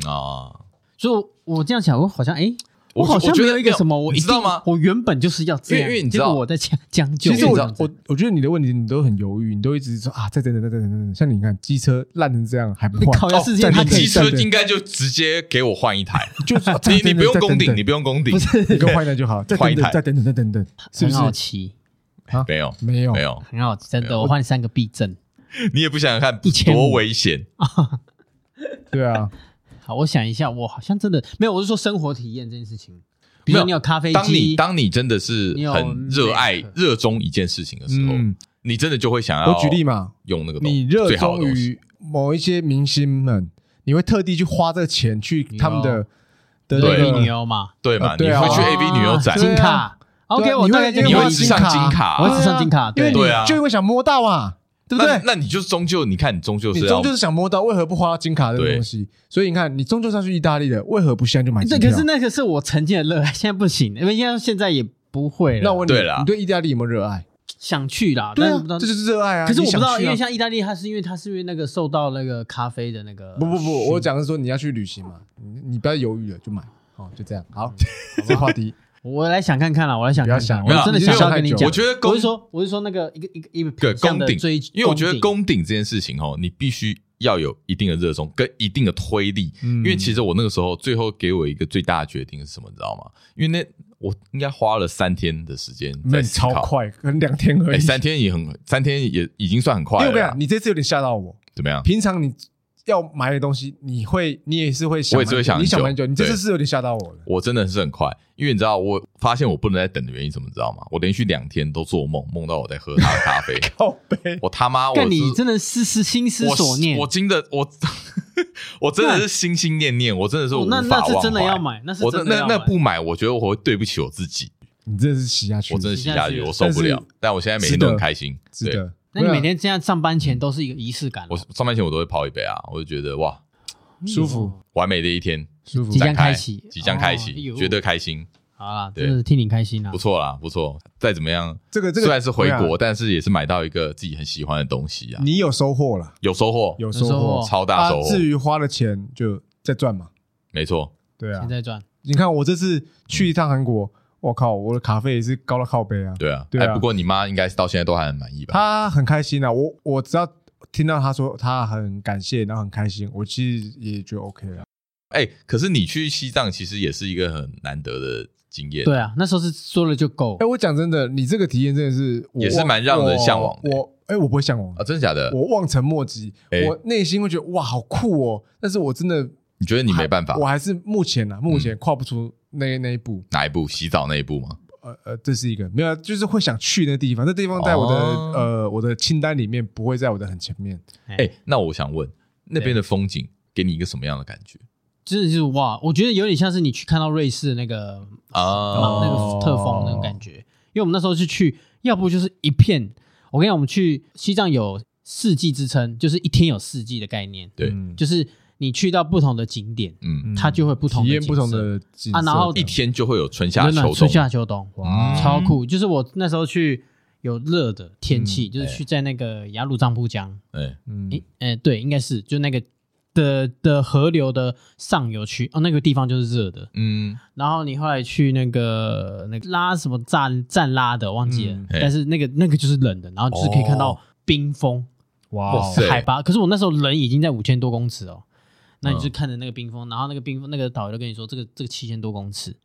S2: 啊。
S3: 所以我我这样想，我好像哎，
S2: 我
S3: 好像
S2: 我觉
S3: 没
S2: 得
S3: 有一个什么，我
S2: 你
S3: 一
S2: 知道
S3: 定
S2: 吗
S3: 我原本就是要这样，
S2: 因为因为你知
S3: 结
S2: 道
S3: 果我在将将就，
S1: 其实
S3: 你
S1: 我
S3: 知道
S1: 我我觉得你的问题你都很犹豫，你都一直说啊，再等等再等等等等。像你看机车烂成这样还不
S3: 你考
S1: 换，
S3: 量
S2: 哦
S3: 事
S1: 在
S3: 件，他
S1: 你
S3: 可以
S2: 机车
S1: 对对
S2: 应该就直接给我换一 台，
S1: 就是啊
S2: 你
S1: 再
S2: 你
S1: 等
S2: 不用
S1: 等
S2: 攻
S1: 再
S2: 顶，
S1: 等
S2: 你不用攻顶，
S1: 你跟换一台就好，再
S2: 换
S1: 等
S2: 一
S1: 等
S2: 台
S1: 再等等再等等，是不
S3: 很
S1: 是
S3: 好？奇，
S2: 没有，
S1: 没有
S2: 没，有，呃
S3: 很好奇，真的，我换三个避震，
S2: 你也不想想看
S3: 1500
S2: 多危险。
S1: 对啊，
S3: 好，我想一下，我好像真的没有，我是说生活体验这件事情，比
S2: 没有
S3: 如说你有咖啡机，
S2: 当你当你真的是
S3: 你有
S2: 很热爱
S3: Mac
S2: 热衷一件事情的时候，
S1: 嗯，
S2: 你真的就会想要
S1: 我举例嘛，
S2: 用那个东
S1: 你热
S2: 最好的
S1: 衷
S2: 东西。
S1: 于某一些明星们，你会特地去花这个钱去他们的的
S2: 哦对
S1: 那
S3: 对哦
S1: 个
S3: 女优嘛，
S2: 对嘛？
S1: 啊对啊
S2: 你会去
S1: 哦
S2: A V 女优展，
S1: 对
S3: 金
S1: 啊
S3: 卡，OK，我
S1: 你
S3: 大
S1: 会
S3: 概
S1: 因为
S3: 这个
S2: 你会
S1: 花
S3: 意
S2: 一直
S3: 思
S1: 金
S2: 上
S1: 卡
S2: 金卡
S3: 我一直上金卡，
S1: 啊因为
S3: 对
S1: 你
S2: 对啊
S1: 就因为想摸到啊，对不对？
S2: 那那你就终究你看，你终究
S1: 你
S2: 是啊要
S1: 终究是想摸到，为何不花到金卡这个东西？所以你看，你终究是要去意大利的，为何不现在就啊买机
S3: 对，
S1: 票？
S3: 哎可是那个是我曾经的热爱， 现在不行，因为现在现在也不会了。
S1: 那我问你，
S2: 对啦
S1: 你对意大利有没有热爱？
S3: 想去啦，
S1: 对
S3: 但是
S1: 啊
S3: 不知道，
S1: 这就是热爱啊。
S3: 可是我
S1: 你
S3: 不
S1: 想
S3: 知道，
S1: 去
S3: 因
S1: 啊
S3: 为像意大利，它是因为它是因为那个受到那个咖啡的那个
S1: 不不不，我讲的是说你要去旅行嘛，你你不要犹豫了，就买。哦，就这样。 好，这话题
S3: 我来想看看啦，我来想看
S1: 不要
S3: 看，
S1: 想
S3: 我真的
S2: 没有
S3: 想
S2: 你
S1: 就
S3: 要跟你
S1: 想
S3: 讲。
S2: 我觉得
S3: 我
S2: 攻
S3: 是说，我是说那个一个一个一个
S2: 对
S3: 品相
S2: 攻
S3: 的
S2: 顶
S3: 追，，
S2: 因为我觉得
S3: 攻
S2: 攻顶这件事情哦，你必须要有一定的热衷跟一定的推力。
S1: 嗯
S2: 因为其实我那个时候最后给我一个最大的决定是什么，你知道吗？因为那我应该花了三天的时间
S1: 那
S2: 在
S1: 你
S2: 思
S1: 超
S2: 考，
S1: 快，可能两天而
S2: 哎，
S1: 已。
S2: 三天也很三天也已经算很
S1: 因
S2: 快
S1: 为
S2: 了
S1: 我跟你
S2: 啦
S1: 讲，。你这次有点吓到我。
S2: 怎么样？
S1: 平常你要买的东西，你会你也是会想
S2: 我也
S1: 蛮久，
S2: 是会想
S1: 你想
S2: 很久
S1: 蛮久，你这次
S2: 对
S1: 是有点吓到我了。
S2: 我真的是很快，因为你知道，我发现我不能再等的原因是什么，你知道吗？我连续两天都做梦，梦到我在喝他的咖 啡，
S1: 靠背，
S2: 我他妈，我
S3: 干你
S2: 是
S3: 真的思思心思
S2: 我
S3: 所念，
S2: 我真的我 我真的是心心念念，我真的是
S3: 哦
S2: 无法
S3: 那
S2: 忘怀。
S3: 那是真的要买，那是
S2: 我
S3: 真的
S2: 那
S3: 要
S2: 那
S3: 买
S2: 不买，我觉得我会对不起我自己，
S1: 你真的是洗下去，
S2: 我真的
S3: 是
S2: 洗下去，
S3: 是
S2: 我受不了
S1: 但是。
S2: 但我现在每天都很开心，
S1: 值
S2: 对，
S1: 得。
S3: 那你
S1: 我
S3: 每
S1: 想
S3: 天这样上班前都是一个仪式感哦，
S2: 我上班前我都会泡一杯啊，我就觉得哇，
S1: 舒
S3: 嗯
S1: 服
S2: 完美的一天
S1: 舒服
S3: 即，将
S2: 展开
S3: 开启
S2: 即将开
S3: 哦哎
S2: 启，
S3: 呦
S2: 绝对开心，
S3: 好啦，
S2: 对
S3: 真
S1: 啊
S3: 的是替你开心啦
S2: 不。错啦，不错。再怎么样，
S1: 这个这个
S2: 虽然是回
S1: 对啊
S2: 国，但是也是买到一个自己很喜欢的东西啊，
S1: 你有收获了，
S2: 有收获，
S1: 有
S3: 有收获
S1: 获，
S2: 超大收
S1: 啊
S2: 获，
S1: 至于花的钱就再赚嘛，
S2: 没错。
S1: 对啊
S3: 现。在赚，
S1: 你看我这次去一趟韩国，我靠，我的卡费也是高到靠背啊。
S2: 对啊，
S1: 对啊
S2: 哎不过你妈应该是到现在都还很满意吧？
S1: 他很开心啊，我我只要听到他说他很感谢，然后很开心，我其实也觉得 OK 啊了。
S2: 哎、可是你去西藏其实也是一个很难得的经验，
S3: 对啊，那时候是说了就够
S1: 哎，，我讲真的，你这个体验真的是我
S2: 也是蛮让人向往的
S1: 我我哎，我不会向往
S2: 啊，，真的假的？
S1: 我望尘莫及，
S2: 哎
S1: 我内心会觉得哇，好酷哦。但是我真的
S2: 你觉得你没办法嗯
S1: 我？还是目前啊，目前跨不出那那一步。
S2: 哪一步？洗澡那一步吗？
S1: 呃呃，这是一个没有啊，就是会想去那地方，那地方在我的
S2: 哦
S1: 呃我的清单里面不会在我的很前面。
S3: 哎
S2: 哎、那我想问，那边的风景给你一个什么样的感觉
S3: 真的是哇，我觉得有点像是你去看到瑞士的那个
S2: 啊
S1: 哦？
S3: 那个特风那种感觉。因为我们那时候是去，要不就是一片。我跟你讲，我们去西藏有四季之称，就是一天有四季的概念，
S2: 对
S1: 嗯
S3: 就是你去到不同的景点，
S2: 嗯，
S1: 嗯
S3: 它就会不同的
S1: 体验不同
S3: 景色
S1: 的景
S3: 啊然后
S1: 色
S2: 一天就会有春夏
S3: 冷暖
S2: 秋冬
S3: 春，夏秋冬，
S2: 哇
S3: 超酷。就是我那时候去有热的天气，
S1: 嗯
S3: 就是去在那个雅鲁藏布江，
S2: 哎、
S1: 嗯
S3: 诶、诶对，应该是就那个的的河流的上游区哦，那个地方就是热的。
S2: 嗯，
S3: 然后你后来去那个那个拉什么站站拉的忘记了，
S1: 嗯
S2: 嘿
S3: 但是那个那个就是冷的，然后就是可以看
S2: 哦
S3: 到冰封、
S1: 哇
S2: 哇
S1: 哦，
S2: 塞对
S3: 海拔，可是我那时候人已经在五千多公尺哦，那
S2: 嗯
S3: 你就看着那个冰封，然后那个冰封那个导游就跟你说这个这个七千多公尺，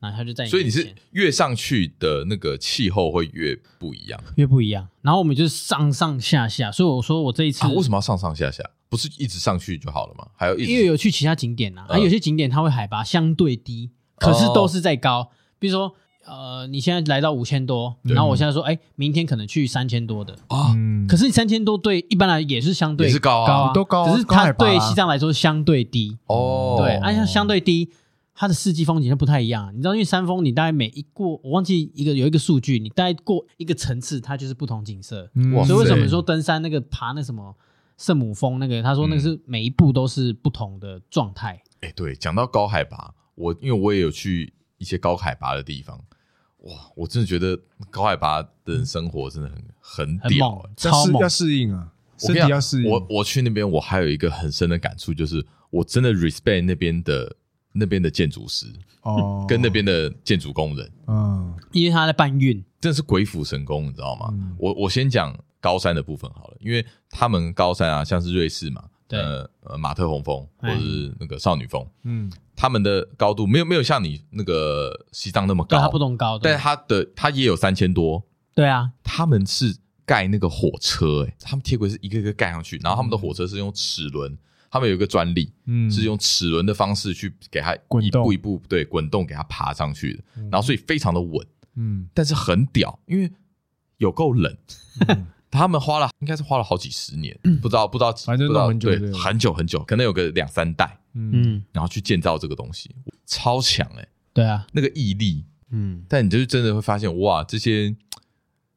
S3: 然后他就在
S2: 所以你
S3: 面
S2: 是
S1: 哎
S3: 前
S2: 越上去的那个气候会越不一样
S3: 越不一样，然后我们就是上上下下，所以我说我这一次、
S2: 啊？为什么要上上下下？不是一直上去就好了吗？还有一
S3: 因为
S2: 直
S3: 有去其他景点啊，
S2: 嗯
S3: 还有些景点它会海拔相对低，可是都是在高。比如说，呃，你现在来到五千多，
S2: 对
S3: 然后我现在说，哎，明天可能去三千多的，
S2: 啊，
S1: 嗯
S3: 可是三千多对一般来也是相对
S2: 也是高啊
S3: 啊，
S1: 都高啊
S3: 只是
S1: 高
S3: 它
S1: 海拔啊
S3: 对西藏来说相对低，
S2: 哦，
S3: 对，而且相对低。它的四季风景就不太一样，你知道，因为山峰你大概每一过，我忘记一个有一个数据，你大概过一个层次，它就是不同景色。
S1: 嗯
S2: 哇
S3: 所以为什么
S2: 塞
S3: 说登山那个爬那什么圣母峰那个，他说那个
S1: 嗯
S3: 是每一步都是不同的状态。
S2: 哎、对，讲到高海拔，我因为我也有去一些高海拔的地方，哇，我真的觉得高海拔的人生活真的很很
S3: 很
S2: 屌、
S3: 猛
S2: 欸，
S1: 要
S3: 超
S1: 适
S3: 猛
S1: 要。适应啊，
S2: 我跟
S1: 身
S2: 你
S1: 体
S2: 讲
S1: 要适应。
S2: 我我去那边，我还有一个很深的感触，就是我真的 respect 那边的那边的建筑师
S1: 哦，
S2: 跟那边的建筑工人，
S1: 嗯
S3: 因为他在搬运，
S2: 真的是鬼斧神工，你知道吗？
S1: 嗯
S2: 我我先讲高山的部分好了，因为他们高山啊，像是瑞士嘛，
S3: 对
S2: 呃呃马特洪峰或者
S3: 哎
S2: 是那个少女峰，
S1: 嗯
S2: 他们的高度没有没有像你那个西藏那么
S3: 对
S2: 高，
S3: 他不懂高
S2: 但
S3: 的，
S2: 他的他也有三千多，
S3: 对啊，
S2: 他们哎是盖那个火车、欸，他们铁轨是一个一个盖上去，然后他们的火车是用齿轮，他们有一个专利，
S1: 嗯
S2: 是用齿轮的方式去给它
S1: 滚
S2: 一
S1: 动
S2: 步一步对滚动给它爬上去的，然后所以非常的稳，
S1: 嗯
S2: 但是很屌，因为有够冷。
S1: 嗯
S2: 他们花了，应该是花了好几十年，不知道不知道，
S1: 反正
S2: 不知道
S1: 弄很久
S2: 对
S1: 对不对
S2: 很久很久，可能有个两三代，
S1: 嗯
S3: 嗯，
S2: 然后去建造这个东西，超强哎、
S3: 对啊，
S2: 那个毅力。
S3: 嗯，
S2: 但你就是真的会发现，哇，这些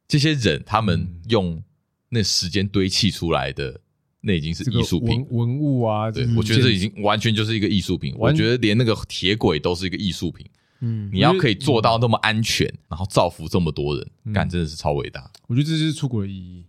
S2: 这些人他们
S1: 嗯
S2: 用那时间堆砌出来的，那已经是
S1: 这个
S2: 艺术品
S1: 文。文物啊，
S2: 对
S1: 这是，
S2: 我觉得这已
S1: 建
S2: 经完全就是一个艺术品。我
S1: 完
S2: 觉得连那个铁轨都是一个艺术品。
S3: 嗯，
S2: 你要可以做到那么安全，然后造福这么多人，
S1: 嗯
S2: 干真的是超伟大。
S1: 我觉得这就是出国的意义。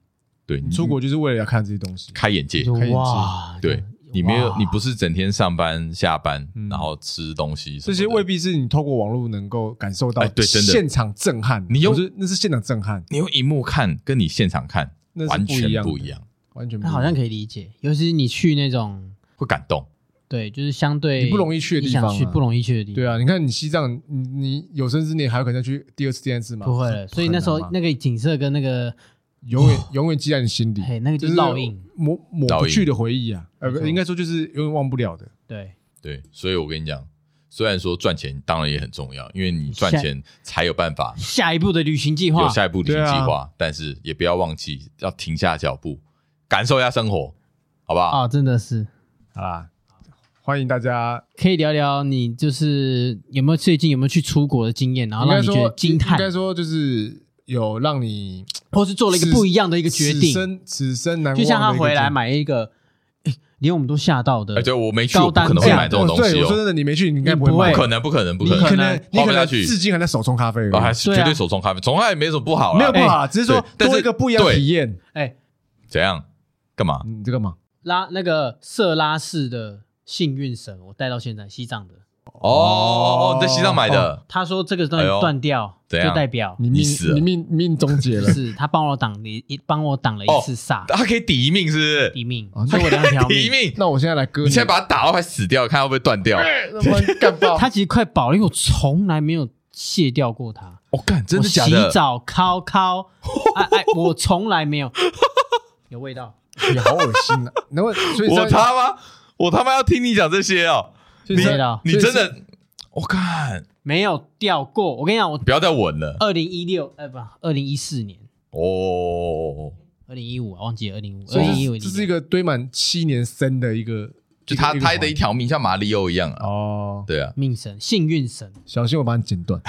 S2: 对，你
S1: 你出国就是为了要看这些东西，
S2: 开眼界，
S3: 就
S1: 开眼界
S3: 哇，
S2: 对你没有，
S3: 哇
S2: 你不是整天上班下班，
S1: 嗯
S2: 然后吃东西什
S1: 这
S2: 么的，
S1: 些未必是你透过网络能够感受到
S2: 哎，对真的
S1: 现场震撼。
S2: 你用
S1: 我觉得那是现场震撼，
S2: 你用荧幕看跟你现场看
S1: 那是
S2: 完
S1: 不一
S2: 全
S1: 样的
S2: 不一样，
S1: 完全不一
S3: 那
S1: 样
S3: 好像可以理解，尤其是你去那种
S2: 会感动。
S3: 对，就是相对
S1: 你不容易去的
S3: 你
S1: 地方啊
S3: 想去不容易去的地方，
S1: 对啊。你看你西藏，你你有生之年还有可能再去第二次、第三次吗？
S3: 不会了。所以
S1: 很
S3: 那
S1: 难
S3: 时候
S1: 嘛
S3: 那个景色跟那个
S1: 永远永远记在你心里，
S3: 嘿那个就是
S1: 是
S3: 烙印
S1: 抹抹
S2: 烙
S1: 不
S2: 印
S1: 去的回忆啊，呃，
S3: 没
S1: 不
S3: 错
S1: 应该说就是永远忘不了的。
S3: 对
S2: 对，所以我跟你讲，虽然说赚钱当然也很重要，因为你赚
S3: 下
S2: 钱才有办法
S3: 下一步的旅行计划
S2: 有，下一步旅行
S1: 对
S2: 计
S1: 啊
S2: 划，但是也不要忘记要停下脚步，感受一下生活，好不好？
S3: 啊，真的是
S1: 好啦，欢迎大家。
S3: 可以聊聊你就是有没有最近有没有去出国的经验，然后让
S1: 应
S3: 你觉
S1: 该
S3: 得
S1: 说
S3: 惊叹
S1: 应，该说就是有让你
S3: 或是做了一个不一样的一个决
S1: 此
S3: 定，
S1: 生此生难忘的
S3: 就
S1: 一个决定。
S3: 像他回来买一个，哎连我们都吓到
S2: 哎，
S3: 的
S2: 对，我没去，
S3: 高
S2: 我不可
S3: 单
S2: 能
S1: 哎
S2: 会
S1: 呀
S2: 买这种东西
S1: 对，我说
S2: 哦，
S1: 真的，你没去，你应该
S3: 你
S1: 不会
S3: 不
S1: 买
S3: 会
S2: 不。可能，不可能，不
S1: 你
S2: 可能，
S1: 可能，你
S2: 花
S1: 可
S2: 不下
S1: 能
S2: 去，
S1: 至今还在手冲咖啡而已，
S2: 啊还是
S3: 对啊
S2: 绝对手冲咖啡，从来也没什么不好啦，
S1: 没有不好啊，只是说
S2: 对但是
S1: 多一个不一样的体验。
S3: 哎，
S2: 怎样？干嘛？
S1: 你这个嘛，
S3: 拉那个色拉氏的幸运绳，我带到现在西藏的，
S2: 哦，你在西藏买的，
S3: 他说这个东
S2: 哎呦
S3: 西断掉，
S2: 怎样
S3: 就代表
S1: 你
S2: 你
S1: 命
S2: 死了
S1: 你命命终 结
S3: 就
S1: 了
S3: 是他帮我挡了一帮我挡了一次煞，
S2: 它可以抵一命，是
S3: 一命
S1: 哦，
S3: 救我两条
S2: 不是？哦 抵一
S3: 命。
S2: 命，
S1: 那我现在来割哎
S2: 你现在把它打到快死掉，看它会不会断 掉？
S1: 那不然干
S2: 哦
S1: 爆
S3: 他其实快饱了，因为我从来没有卸掉过它。
S2: 我哦干，真
S3: 我
S2: 的假
S3: 洗
S2: 的？
S3: 澡、敲 敲，哎哎，我从来没有有味道。
S1: 你好恶 心啊！然后所以
S2: 我
S1: 这样
S2: 他妈，我他妈要听你讲这些哦！
S1: 所以
S2: 你
S1: 这
S3: 对
S1: 样
S3: 的，
S2: 你真的，我干，
S3: 没有掉过。我跟你讲，我
S2: 不要再吻了
S3: 二零一六，呃，不，二零一四年，
S2: 哦。
S3: 二零一五啊，忘记二零五，
S1: 所
S3: 二零
S1: 以
S3: 一五
S1: 这，这是一个堆满七年生的一个，
S2: 就他
S1: 一个
S2: 他的一条命像马里奥一样啊，
S1: 哦，
S2: 对啊，
S3: 命神、幸运神。
S1: 小心我把你剪 断。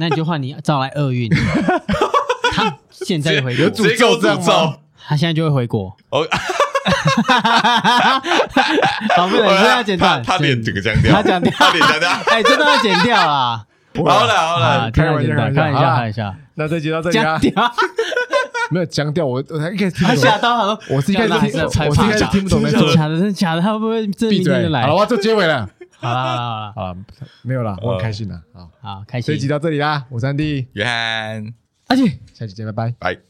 S3: 那你就换你招来 厄运。他现在就回国，
S2: 直接给我
S1: 这样
S2: 诅
S1: 吗
S2: 咒。
S3: 他现在就会回国。
S2: 哦，
S3: 好，不能真的要剪
S2: 他
S3: 掉，
S2: 他脸
S3: 剪
S2: 整个僵掉，
S3: 他讲掉
S2: 他脸僵掉。
S3: 哎，真的要剪掉啦！
S2: 好了好
S3: 啊，
S2: 了，
S1: 开
S3: 真的要
S1: 玩笑开
S3: 剪掉开
S1: 玩
S3: 玩
S1: 笑
S3: 笑，开玩笑，
S1: 那这集到这里啊
S3: 讲，掉，
S1: 没有讲掉我，我才一开始听
S3: 他
S1: 不
S3: 吓
S1: 懂，
S3: 到他说，
S1: 我是一开始
S3: 这样
S1: 听，
S3: 啦
S1: 我是一开始听不懂那
S3: 真
S1: 种
S3: 的，假的，真的假的，他会不会这
S1: 闭
S3: 明天
S1: 嘴
S3: 就，来？
S1: 好了，我要做结尾了。
S3: 好啦，好啦，好啦，
S1: 好了，没有啦，我很开心啦。好，
S3: 好，开
S1: 这一集
S3: 心。
S1: 到这里啦，我是安迪，
S2: 约翰，
S3: 而且
S1: 下期见，拜拜。
S2: 拜。